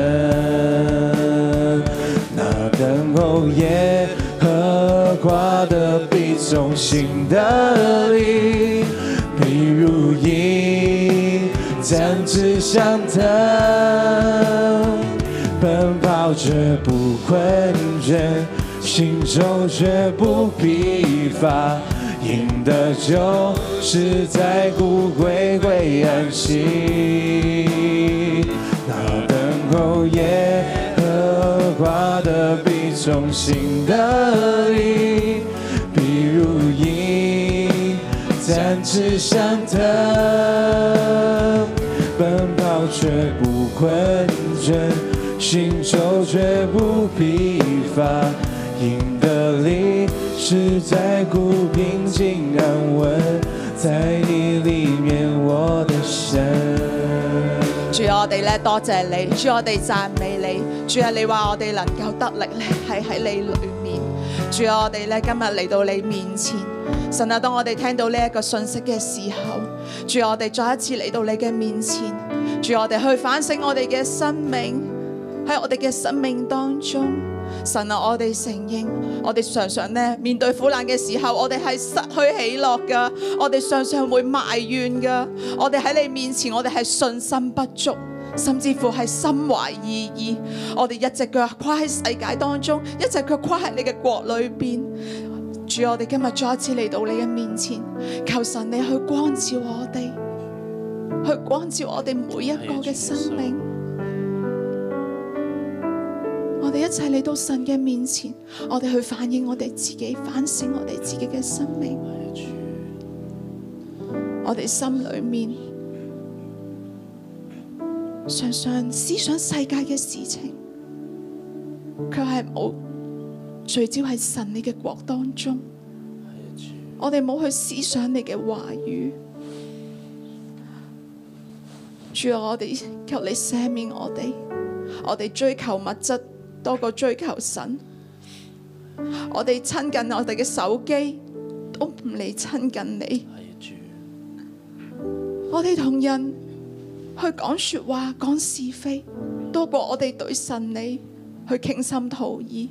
S4: 那等候耶和华的必从新的力，必如鹰展翅上腾，奔跑却不困倦，行走却不疲乏。赢的就是在乎会会安息。那等候耶和华的必从新得力，必如鹰展翅上腾，奔跑却不困倦，行走却不疲乏。赢的力是在乎平静安稳，在你里面我的神。
S5: 主我哋咧多謝你，主我哋讚美你，主啊你話我哋能夠得力咧係喺你裏面，主啊我哋咧今日嚟到你面前，神啊當我哋聽到呢一個信息嘅時候，主啊我哋再一次嚟到你嘅面前，主啊我哋去反省我哋嘅生命，喺我哋嘅生命當中，神啊我哋承認，我哋常常咧面對苦難嘅時候，我哋係失去喜樂噶，我哋常常會埋怨噶，我哋喺你面前，我哋係信心不足。甚至乎係心懷二意，我哋一隻腳跨喺世界當中，一隻腳跨喺你嘅國裏邊。主，我哋今日再一次嚟到你嘅面前，求神你去光照我哋，去光照我哋每一個嘅生命。我哋一齊嚟到神嘅面前，我哋去反映我哋自己，反省我哋自己嘅生命。我哋心裏面常常思想世界嘅事情，卻係冇聚焦喺神你嘅國當中。我哋冇去思想你嘅話語。主啊，我哋求你赦免我哋。我哋追求物質多過追求神，我哋親近我哋嘅手機都唔嚟親近你。我哋同人去講說話、講是非，多過我哋對神你去傾心吐意。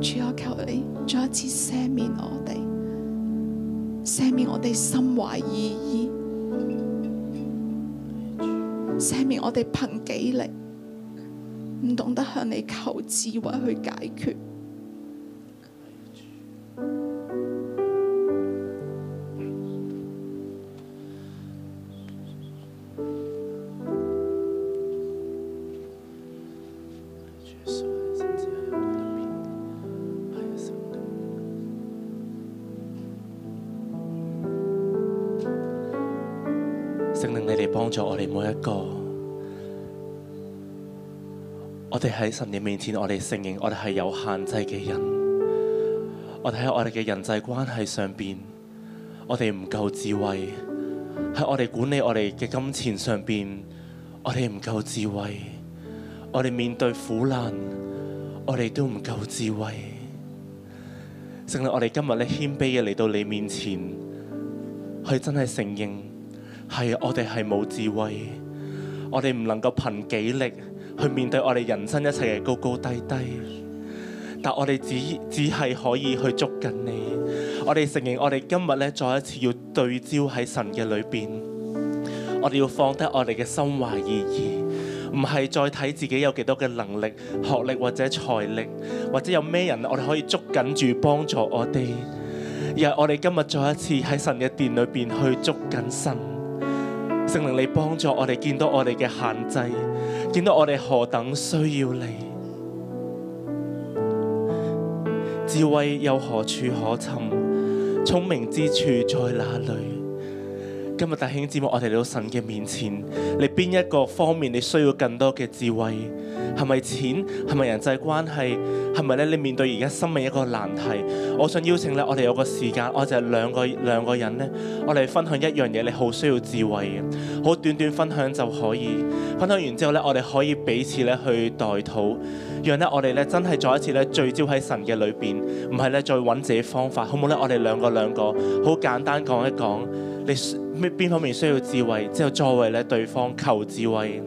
S5: 主，我求你再一次赦免我哋，赦免我哋心懷二意。赦免我哋憑己力，唔懂得向你求智慧去解決。
S6: 圣灵，你嚟帮助我哋每一个。我哋喺神嘅面前，我哋承认我哋系有限制嘅人。我哋喺我哋嘅人際關係上邊，我哋唔夠智慧；喺我哋管理我哋嘅金錢上邊，我哋唔夠智慧；我哋面對苦難，我哋都唔夠智慧。聖靈，我哋今日咧謙卑嘅嚟到你面前，去真係承認係啊我哋係冇智慧，我哋唔能夠憑己力去面對我哋人生一切嘅高高低低。但我哋只只係可以去捉緊你，我哋承認我哋今日咧再一次要對焦喺神嘅裏邊，我哋要放低我哋嘅心懷意義。唔係再睇自己有幾多嘅能力、學歷或者財力，或者有咩人我哋可以捉緊住幫助我哋，而係我哋今日再一次喺神嘅殿裏邊去捉緊神。聖靈，你幫助我哋見到我哋嘅限制，見到我哋何等需要你。智慧又何處可尋？聰明之處在哪裏？今日弟兄姊妹，我哋嚟到神嘅面前，你邊一個方面你需要更多嘅智慧？係咪錢？係咪人際關係？係咪咧？你面對而家生命一個難題，我想邀請咧，我哋有個時間，我就係兩個兩個人咧，我哋分享一樣嘢，你好需要智慧嘅，好短短分享就可以。分享完之後咧，我哋可以彼此咧去代禱，讓咧我哋咧真係再一次咧聚焦喺神嘅裏邊，唔係咧再揾自己方法，好唔好咧？我哋兩個兩個好簡單講一講。你需咩邊方面需要智慧，之後再為咧對方求智慧。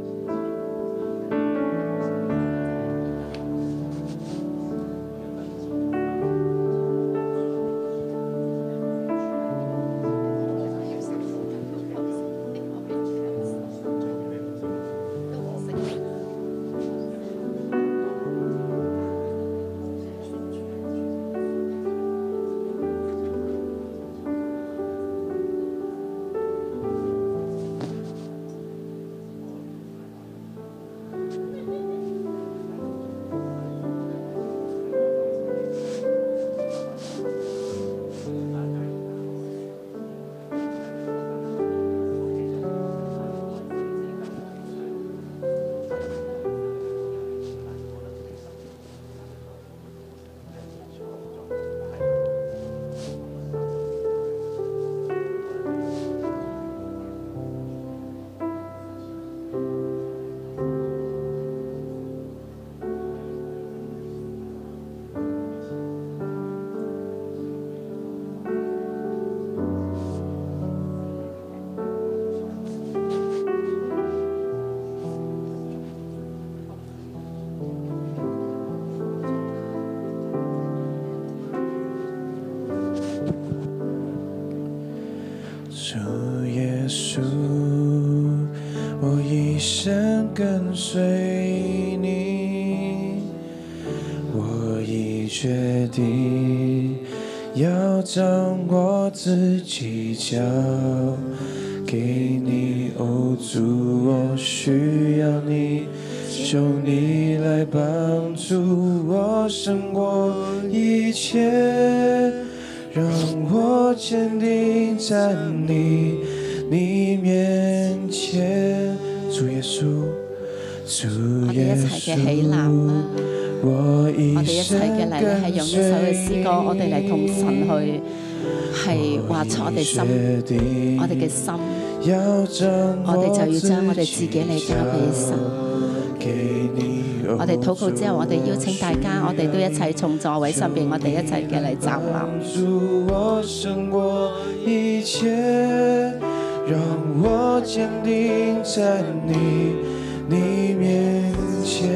S4: 主耶稣，我一生跟随你，我已决定要掌握自己，交给你。哦，主，我需要你，求你来帮助我胜过一切。让我坚定站立你面前，主耶稣，主
S7: 我
S4: 耶
S7: 啊哋一
S4: 穌
S7: 齊嘅起立嗯啦！
S4: 我一
S7: 我哋一齊
S4: 生
S7: 嘅嚟咧，係
S4: 跟
S7: 用呢首嘅
S4: 隨
S7: 詩歌，我哋嚟同神去係
S4: 我
S7: 畫出我哋
S4: 已
S7: 心，
S4: 決定
S7: 我哋嘅心，
S4: 要掌
S7: 我哋就要將我
S4: 自
S7: 哋自己嚟交俾神。
S4: 給你
S7: 我哋禱告之後，我哋邀請大家，我哋都一齊從座位上邊，我哋一齊嘅嚟站立。
S4: 助我胜过一切，让我坚定在你你面前。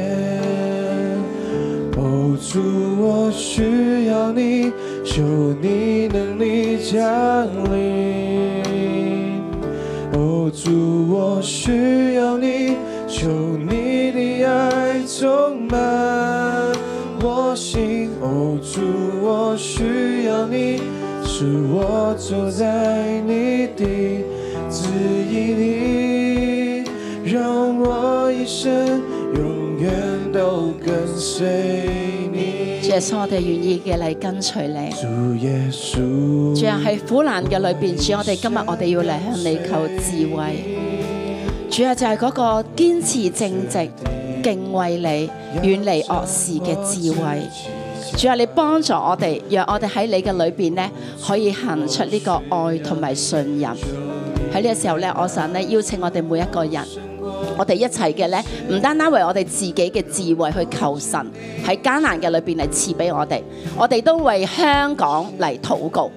S4: 哦，主，我需要你，求你能力降临。哦，主，我需要你，求你的爱充满我心。哦，主，我需要你，使我走在你的旨意里，让我一生永远都跟随你。
S7: 主耶穌，我哋願意嘅嚟跟隨你。
S4: 主耶稣，
S7: 主啊，喺苦難嘅裏邊，主我哋今日我哋要嚟向你求智慧。主啊，就係嗰個堅持正直、敬畏你、遠離惡事嘅智慧。主啊，你幫助我哋，讓我哋喺你嘅裏邊呢，可以行出呢個愛同埋信任。喺呢個時候呢，我想呢邀請我哋每一個人，我哋一齊嘅咧，唔單單為我哋自己嘅智慧去求神喺艱難嘅裏邊嚟賜俾我哋，我哋都為香港嚟禱告。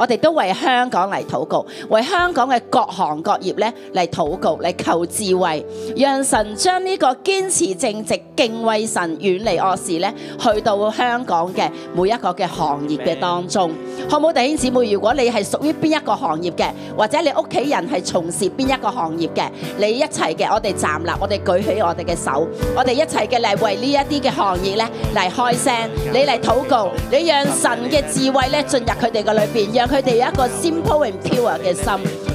S7: 我哋都為香港嚟禱告，為香港嘅各行各業咧嚟禱告，嚟求智慧，讓神將呢個堅持正直、敬畏神、遠離惡事咧，去到香港嘅每一個嘅行業嘅當中，好唔好？弟兄姊妹，如果你係屬於邊一個行業嘅，或者你屋企人係從事邊一個行業嘅，你一齊嘅，我哋站立，我哋舉起我哋嘅手，我哋一齊嘅嚟為呢一啲嘅行業咧嚟開聲，你嚟禱告，你讓神嘅智慧咧進入佢哋嘅裏邊，讓佢哋有一個 simple and pure 嘅心，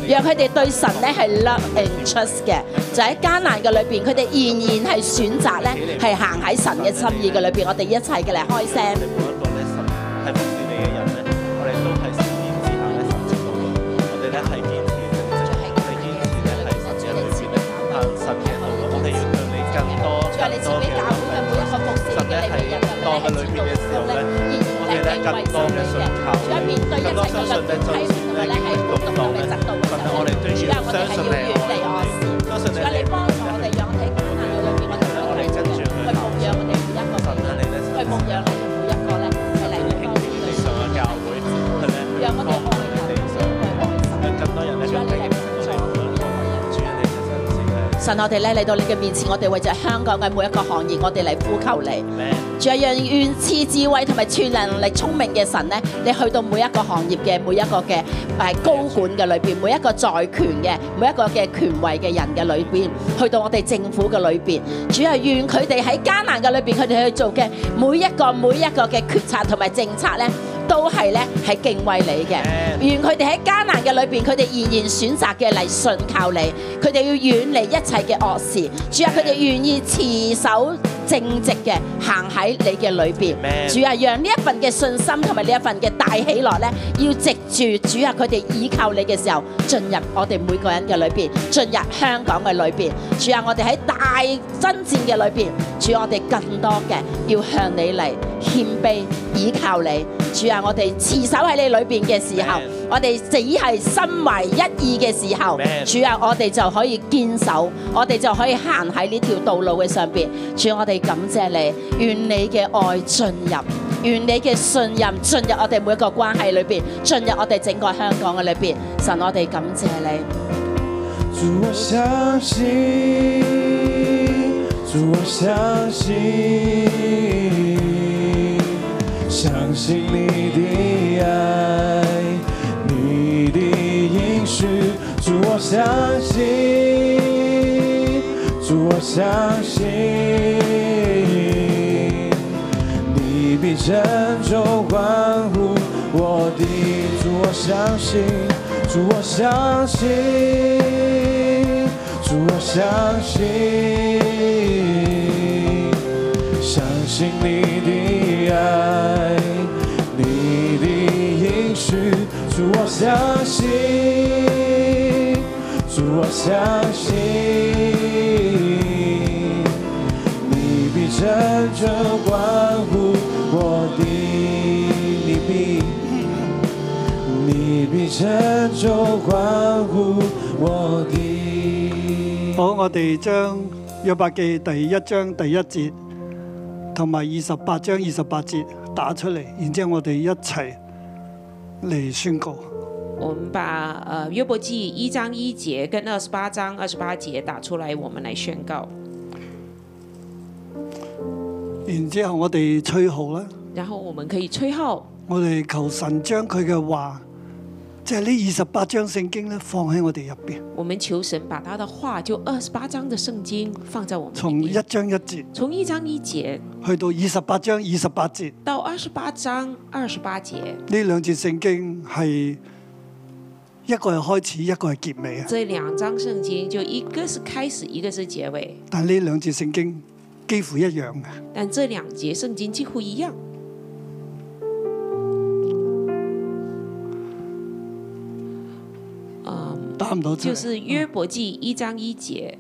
S7: 讓佢哋對神咧係 love and trust 嘅，就喺艱難嘅裏邊，佢哋仍然係選擇咧係行喺神嘅心意嘅裏邊，我哋一齊嘅嚟開聲。
S6: 每一個咧神係服侍你嘅人咧，我哋都係善言之行咧神嘅道路，啊我哋咧係堅持正直，我哋堅持咧係神嘅裏邊咧行神嘅道路，我哋要向你更多
S7: 在
S6: 更
S7: 你自
S6: 多
S7: 己
S6: 嘅
S7: 教會嘅每一個服侍嘅裏面，
S6: 當喺裏邊嘅時候咧，我哋咧更多嘅信靠
S7: 主
S6: 你
S7: 要面，對一
S6: 更
S7: 切
S6: 多相
S7: 嘅
S6: 信
S7: 論
S6: 你，就
S7: 批
S6: 算
S7: 評同
S6: 咧
S7: 埋咧
S6: 經歷到咧神啊，
S7: 係動盪嘅質，度嘅時
S6: 我哋都要
S7: 候主啊，我哋
S6: 相
S7: 係
S6: 信你
S7: 要遠離
S6: 愛
S7: 惡事。
S6: 你，相信
S7: 主
S6: 你
S7: 啊，你幫助我哋養喺艱難嘅裏邊，我哋每一個人去牧養我哋每一個
S6: 神啊，你咧
S7: 去牧養我哋每一個咧係嚟到幫助
S6: 地上嘅教會係咧
S7: 讓我哋愛人，愛神。
S6: 更多人咧
S7: 主啊，你嚟幫助每一個人。
S6: 主啊，你嘅真摯嘅
S7: 神，我哋咧嚟到你嘅面前，我哋為着香港嘅每一個行業，我哋嚟呼求你。
S6: 名。
S7: 仲有讓願賜智慧同埋全能力聰明嘅神咧，你去到每一個行業嘅每一個嘅誒高管嘅裏邊，每一個在權嘅每一個嘅權位嘅人嘅裏邊，去到我哋政府嘅裏邊，主要係願佢哋喺艱難嘅裏邊，佢哋去做嘅每一個每一個嘅決策同埋政策咧，都係咧係敬畏你嘅。願佢哋喺艱難嘅裏邊，佢哋仍然選擇嘅嚟信靠你，佢哋要遠離一切嘅惡事。主啊，佢哋願意持守正直嘅行喺你嘅裏邊。主啊，讓呢一份嘅信心同埋呢一份嘅大喜樂咧，要藉住主啊，佢哋倚靠你嘅時候，進入我哋每個人嘅裏邊，進入香港嘅裏邊。主啊，我哋喺大爭戰嘅裏邊，主啊我哋更多嘅要向你嚟謙卑倚靠你。主啊，我哋持守喺你裏邊嘅時候
S6: Amen，
S7: 我哋只係心懷一意嘅時候
S6: Amen，
S7: 主啊，我哋就可以堅守，我哋就可以行喺呢條道路嘅上邊。主啊，我哋感謝你，願你嘅愛進入，願你嘅信任進入我哋每一個關係裏邊，進入我哋整個香港嘅裏邊。神，我哋感謝你。
S4: 主我相信，主我相信，相信你的爱，你的应许。主我相信，主我相信，你必珍重欢呼我的主，我相信，主我相信，主我相信，相信你的爱，你的应许，主我相信，主我相信。你必真正关乎我的，你必，你必真正关乎我的。
S2: 好，我哋將約伯記第一章第一節同埋二十八章二十八節打出嚟，然之後我哋一齊嚟宣告。
S3: 我们把呃约伯记一章一节跟二十八章二十八节打出来，我们来宣告。
S2: 然之後我哋吹號啦，
S3: 然后我们可以吹号，
S2: 我哋求神將佢嘅話，即係呢二十八章聖經咧，放喺我哋入邊，
S3: 我们求神把他的话，就二十八章的圣经放在我们
S2: 從
S3: 里
S2: 一
S3: 面，
S2: 章一節
S3: 从一章一节
S2: 去到二十八章二十八節，
S3: 到二十八章二十八节，
S2: 呢兩節聖經係一個係開始，一個係結尾啊。
S3: 这两章圣经就一个是开始，一个是结尾，
S2: 但呢兩節聖經幾乎一樣嘅。
S3: 但这两节圣经几乎一样。
S2: 打唔到出
S3: 就
S2: 嚟。
S3: 是约伯记一章一节，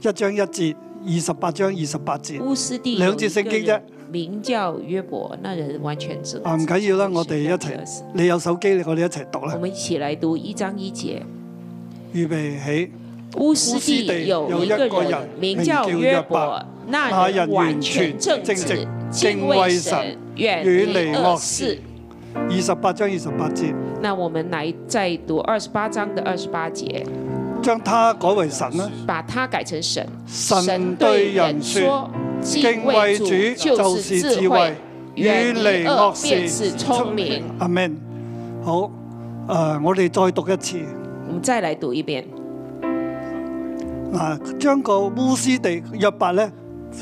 S2: 一章一節，二十八章二十八節。
S3: 乌斯地
S2: 兩節聖經啫，
S3: 名叫约伯，那人完全知道。
S2: 啊，唔緊要啦，我哋一齊，你有手機，我哋一齊讀
S3: 我
S2: 啦。
S3: 们一起来读一章一节。
S2: 預備起，
S3: 乌斯
S2: 斯地
S3: 地有
S2: 有一
S3: 一个
S2: 個
S3: 人
S2: 人
S3: 名
S2: 名
S3: 叫
S2: 叫
S3: 約
S2: 約
S3: 伯
S2: 伯，
S3: 那
S2: 那
S3: 人
S2: 人
S3: 完
S2: 完全
S3: 全正
S2: 正
S3: 直
S2: 直，
S3: 敬
S2: 敬
S3: 畏
S2: 畏
S3: 神
S2: 神，遠
S3: 遠離
S2: 離
S3: 惡
S2: 惡
S3: 事
S2: 事。二十八章二十八節，
S3: 那我們來再讀二十八章的二十八節，
S2: 將他改為神啦。
S3: 把它改成神。
S2: 神對人
S3: 說
S2: 說：
S3: 敬
S2: 敬
S3: 畏
S2: 畏
S3: 主
S2: 主
S3: 就
S2: 就是是
S3: 智
S2: 智
S3: 慧
S2: 慧，
S3: 遠
S2: 遠
S3: 離
S2: 離
S3: 惡
S2: 惡
S3: 便是
S2: 事，
S3: 聰明。
S2: 阿 Man，好，誒、我哋再讀一次
S3: 我們再來讀一遍，
S2: 嗱，將個烏斯地約伯咧，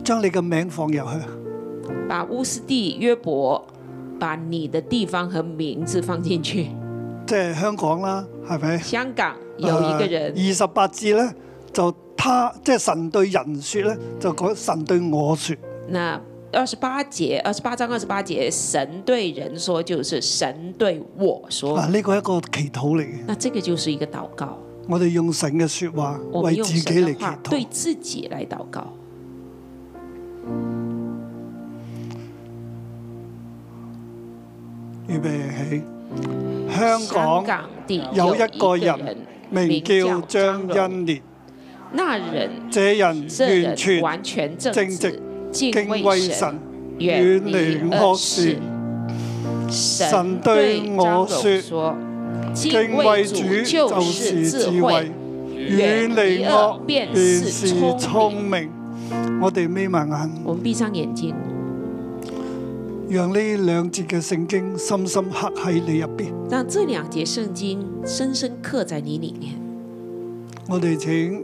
S2: 將你嘅名放入去，
S3: 把烏斯地約伯，把你的地方和名字放
S2: [laughs]
S3: 進去。
S2: 即係香港啦，係咪？呃
S3: 香港有一個人
S2: 二十八節咧，就他即係神對人説咧，就講神對我説，
S3: 那二十八节，二十八章二十八节，神对人说，就是神对我说
S2: 嗱。呢個係一個祈禱嚟嘅，
S3: 那这个就是一个祷告，
S2: 我哋用神嘅説話
S3: 我
S2: 為
S3: 们用
S2: 自己
S3: 神
S2: 嚟
S3: 的
S2: 祈
S3: 话对
S2: 禱。
S3: 自己来祷告。
S2: 預備起，香
S3: 香
S2: 港。
S3: 港地
S2: 有
S3: 一
S2: 一個
S3: 人
S2: 人名叫張
S3: 恩，
S2: 恩烈，
S3: 那人
S2: 這人
S3: 这人
S2: 完全
S3: 完全正
S2: 正
S3: 直
S2: 直，
S3: 敬
S2: 敬畏
S3: 神
S2: 神，，
S3: 遠
S2: 遠離
S3: 惡
S2: 惡事。
S3: 神
S2: 神對
S3: 對
S2: 我
S3: 張
S2: 說
S3: 柔說：敬
S2: 敬畏
S3: 畏
S2: 主
S3: 主
S2: 就
S3: 就是
S2: 是
S3: 智
S2: 智慧
S3: 慧，，
S2: 遠離惡
S3: 便
S2: 便
S3: 是
S2: 是
S3: 聰
S2: 聰
S3: 明。
S2: 明。我哋眯埋眼，
S3: 我们闭上眼睛，
S2: 讓呢兩節嘅聖經深深刻喺你入邊。
S3: 让这两节圣经深深刻在你里面。
S2: 我哋請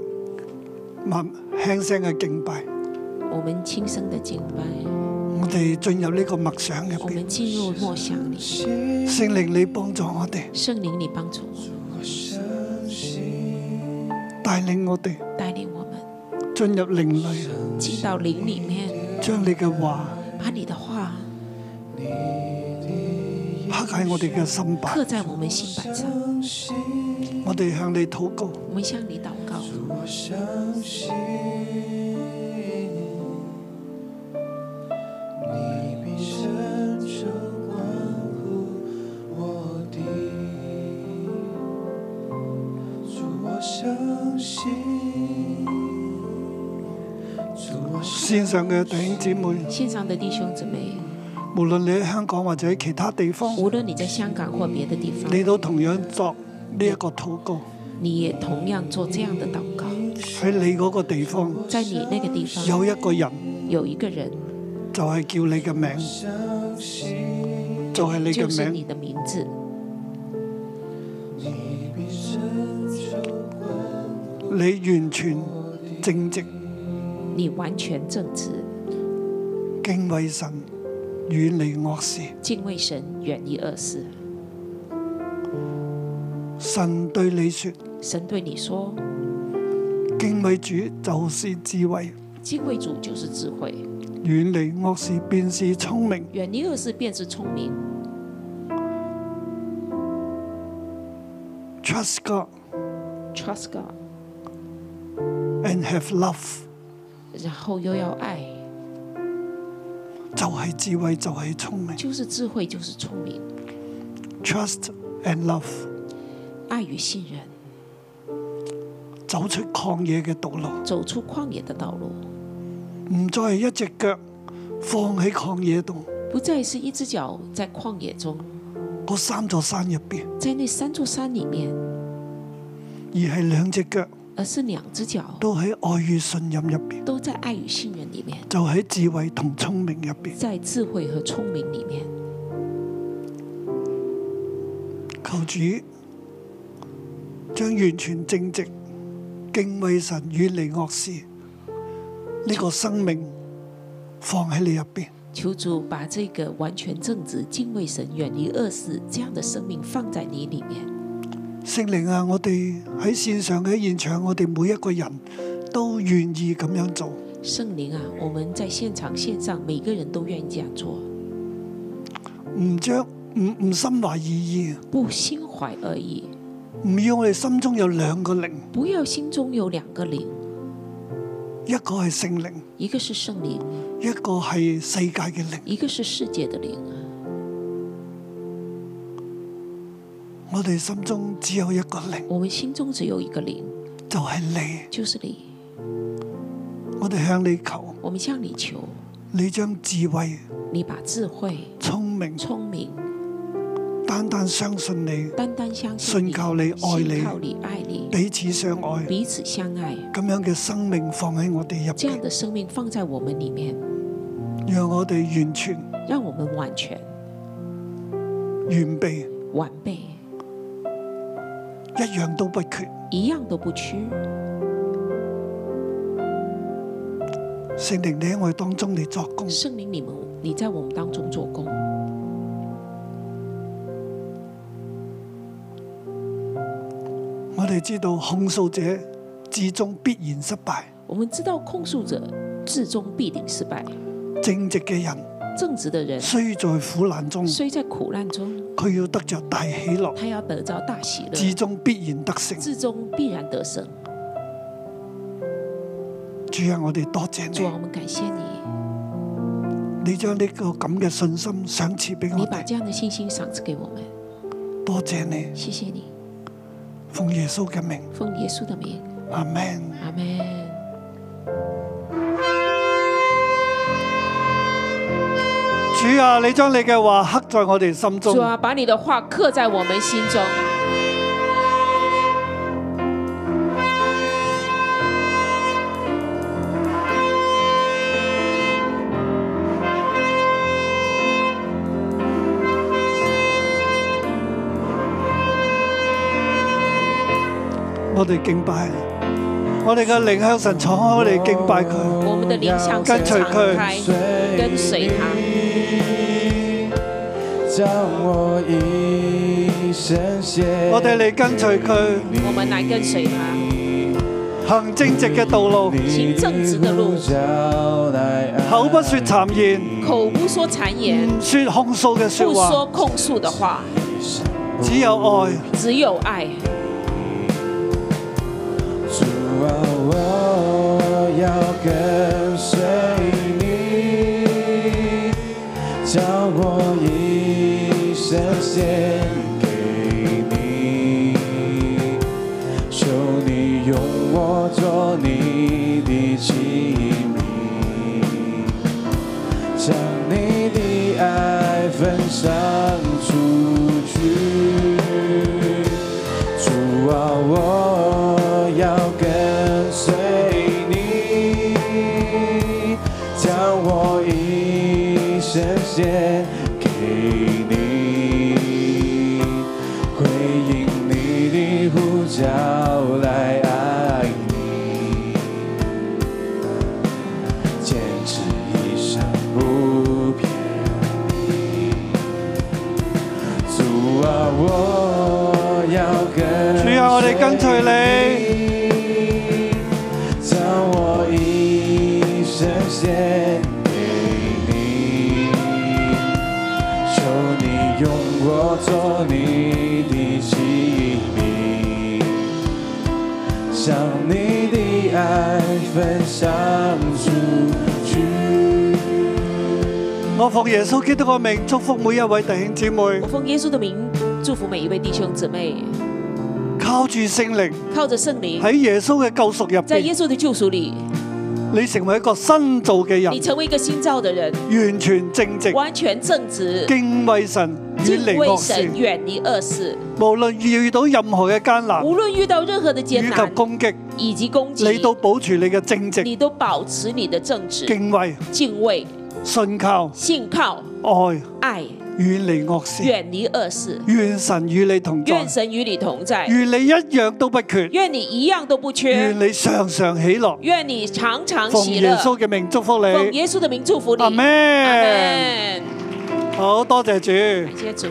S2: 默輕聲嘅敬拜，
S3: 我们轻声的敬拜，
S2: 我哋進入呢個默想入
S3: 我
S2: 邊。
S3: 们进入默想里。
S2: 聖靈，你幫助我哋，
S3: 圣灵，你帮助我，
S2: 帶領我哋
S3: 带领我们
S2: 進入靈裏，
S3: 进到灵里面，
S2: 將你嘅話
S3: 把你的话
S2: 刻喺我哋嘅心板。
S3: 刻在我们心板上。
S2: 我哋向你禱告，
S3: 我们向你祷告，
S2: 線上嘅弟兄姊妹，
S3: 线上的弟兄姊妹，
S2: 無論你喺香港或者喺其他地方，
S3: 无论你在香港或别的地方，
S2: 你都同樣作呢一個禱告，
S3: 你也同样做这样的祷告。
S2: 喺你嗰個地方
S3: 在你那个地方
S2: 嗯有一個人
S3: 有一个人，
S2: 就係叫你嘅名，就係你
S3: 就
S2: 嘅
S3: 是你
S2: 名，
S3: 的名字。
S2: 你完全正直，
S3: 你完全正直，
S2: 敬畏神，遠離惡事。
S3: 敬畏神，远离恶事。
S2: 神對你說：
S3: 神对你说，
S2: 敬畏主就是智慧，
S3: 敬畏主就是智慧，
S2: 遠離惡事便是聰明。
S3: 远离恶事便是聪明。
S2: Trust God
S3: Trust God，
S2: and have love，
S3: 然后又要爱，
S2: 就係智慧，就係聰明。
S3: 就是智慧，就是聪明，
S2: Trust and love。
S3: 爱与信任，
S2: 走出曠野嘅道路，
S3: 走出旷野的道路，
S2: 唔再係一隻腳放喺曠野度，
S3: 不再是一只脚在旷野中，
S2: 嗰三座山入邊，
S3: 在那三座山里面，
S2: 而係兩隻腳
S3: 而是两只脚
S2: 都喺愛與信任入邊，
S3: 都在爱与信任里面，
S2: 就喺智慧同聰明入邊。
S3: 在智慧和聪明里面。
S2: 求主將完全正直、敬畏神、遠離惡事呢、個生命放喺你入邊，
S3: 求主把这个完全正直、敬畏神、远离恶事这样的生命放在你里面。
S2: 聖靈啊！我哋喺線上嘅現場，我哋每一個人都願意咁樣做。
S3: 圣灵啊，我们在现场线上，每个人都愿意这样做，
S2: 唔將唔唔心懷二意，
S3: 不心怀恶意，
S2: 唔要我哋心中有兩個靈，
S3: 不要心中有两个灵，
S2: 一個係聖靈，
S3: 一个是圣灵，
S2: 一個係世界嘅靈。
S3: 一个是世界的灵啊。
S2: 我哋心中只有一個靈，
S3: 我们心中只有一个灵，
S2: 就係你。
S3: 就是你。
S2: 我哋向你求，
S3: 我们向你求，
S2: 你將智慧、
S3: 你把智慧、
S2: 聰明，
S3: 聪明，
S2: 單單相信你，
S3: 单单相信
S2: 信靠你愛你
S3: 信靠你，爱你，
S2: 彼此相愛，
S3: 彼此相爱，
S2: 咁樣嘅生命放喺我哋入
S3: 这样
S2: 邊，
S3: 的生命放在我们里面，
S2: 讓我哋完全
S3: 让我们完全
S2: 完備，
S3: 完备，
S2: 一樣都不缺。
S3: 一样都不缺。
S2: 嗯聖靈，你喺我哋當中嚟作工，
S3: 圣灵，你们你在我们当中做工，
S2: 我哋知道控訴者至終必然失敗，
S3: 我们知道控诉者至终必定失败。
S2: 正直嘅人
S3: 正直的人
S2: 雖在苦難中，
S3: 虽在苦难中，
S2: 佢要得着大喜樂，
S3: 他要得着大喜乐，
S2: 至終必然得勝。
S3: 至终必然得胜。
S2: 主啊，我哋多謝
S3: 主啊，
S2: 你
S3: 我，们感谢你，
S2: 你將呢個咁嘅信心賞賜俾
S3: 你
S2: 我
S3: 把
S2: 哋，
S3: 这样的信心赏赐给我们，
S2: 多謝你，
S3: 谢谢你。
S2: 奉耶穌嘅名，
S3: 奉耶稣的名，
S2: 阿 Man。
S3: 阿门。
S2: 主啊，你將你嘅話刻在我哋心中
S3: 主，啊，把你的话刻在我们心中，
S2: 我哋敬拜，我哋嘅靈向神敞開，我哋敬拜佢，
S3: 我们的灵
S2: 嗯
S3: 向神
S2: 跟随
S3: 敞
S2: 佢
S3: 开，跟随他。
S4: 将我一生献
S2: 我哋嚟跟隨佢，
S3: 我们来跟随他，
S2: 行正直嘅道路，
S3: 行正直的路，
S2: 口不說谗言，
S3: 口不说谗言，
S2: 唔說控訴嘅
S3: 不
S2: 说話，
S3: 说控诉的话，
S2: 只有愛。
S3: 只有爱。
S4: 主啊，我要跟随你，将我一生献给你，求你用我做你的器皿，将你的爱分享出去。主啊，我要跟随你，将我一生献给你，回应你的呼叫来爱你，坚持一生不变。主啊，我要跟随你
S2: 主啊我哋跟隨
S4: 将我一生献给你，求你用我做你的器皿，将你的爱分享出去。
S2: 我奉耶穌基督嘅名祝福每一位弟兄姊妹
S3: 我，奉耶稣的名祝福每一位弟兄姊妹，
S2: 靠住聖靈
S3: 靠着圣灵，
S2: 喺耶穌嘅救贖入
S3: 在耶
S2: 边，
S3: 稣的救赎里，
S2: 你成為一個新造嘅
S3: 你
S2: 人，
S3: 成为一个新造的人，
S2: 完全正直，
S3: 完全正直，
S2: 敬畏神，遠
S3: 敬
S2: 離
S3: 畏
S2: 惡事
S3: 神，。远离恶事。
S2: 無論遇到任何嘅艱難
S3: 无论遇到任何的艰
S2: 以及
S3: 难
S2: 攻擊，
S3: 以及攻击，
S2: 你都保持你嘅正直、
S3: 你都保持你的正直、
S2: 敬畏、
S3: 敬畏、
S2: 信靠、
S3: 信靠、
S2: 愛，
S3: 爱，
S2: 遠離惡事。
S3: 远离恶事。
S2: 願神與你同在
S3: 愿，神与你同在，
S2: 願你一樣都不缺，
S3: 愿你一样都不缺
S2: 願，你常常喜樂。
S3: 愿你常常
S2: 奉
S3: 喜
S2: 耶
S3: 乐。
S2: 穌嘅名祝福
S3: 奉
S2: 你，
S3: 耶稣的名祝福你。
S2: 阿
S3: 阿
S2: 门。
S3: 门。
S2: 好多謝主。
S3: 感谢主。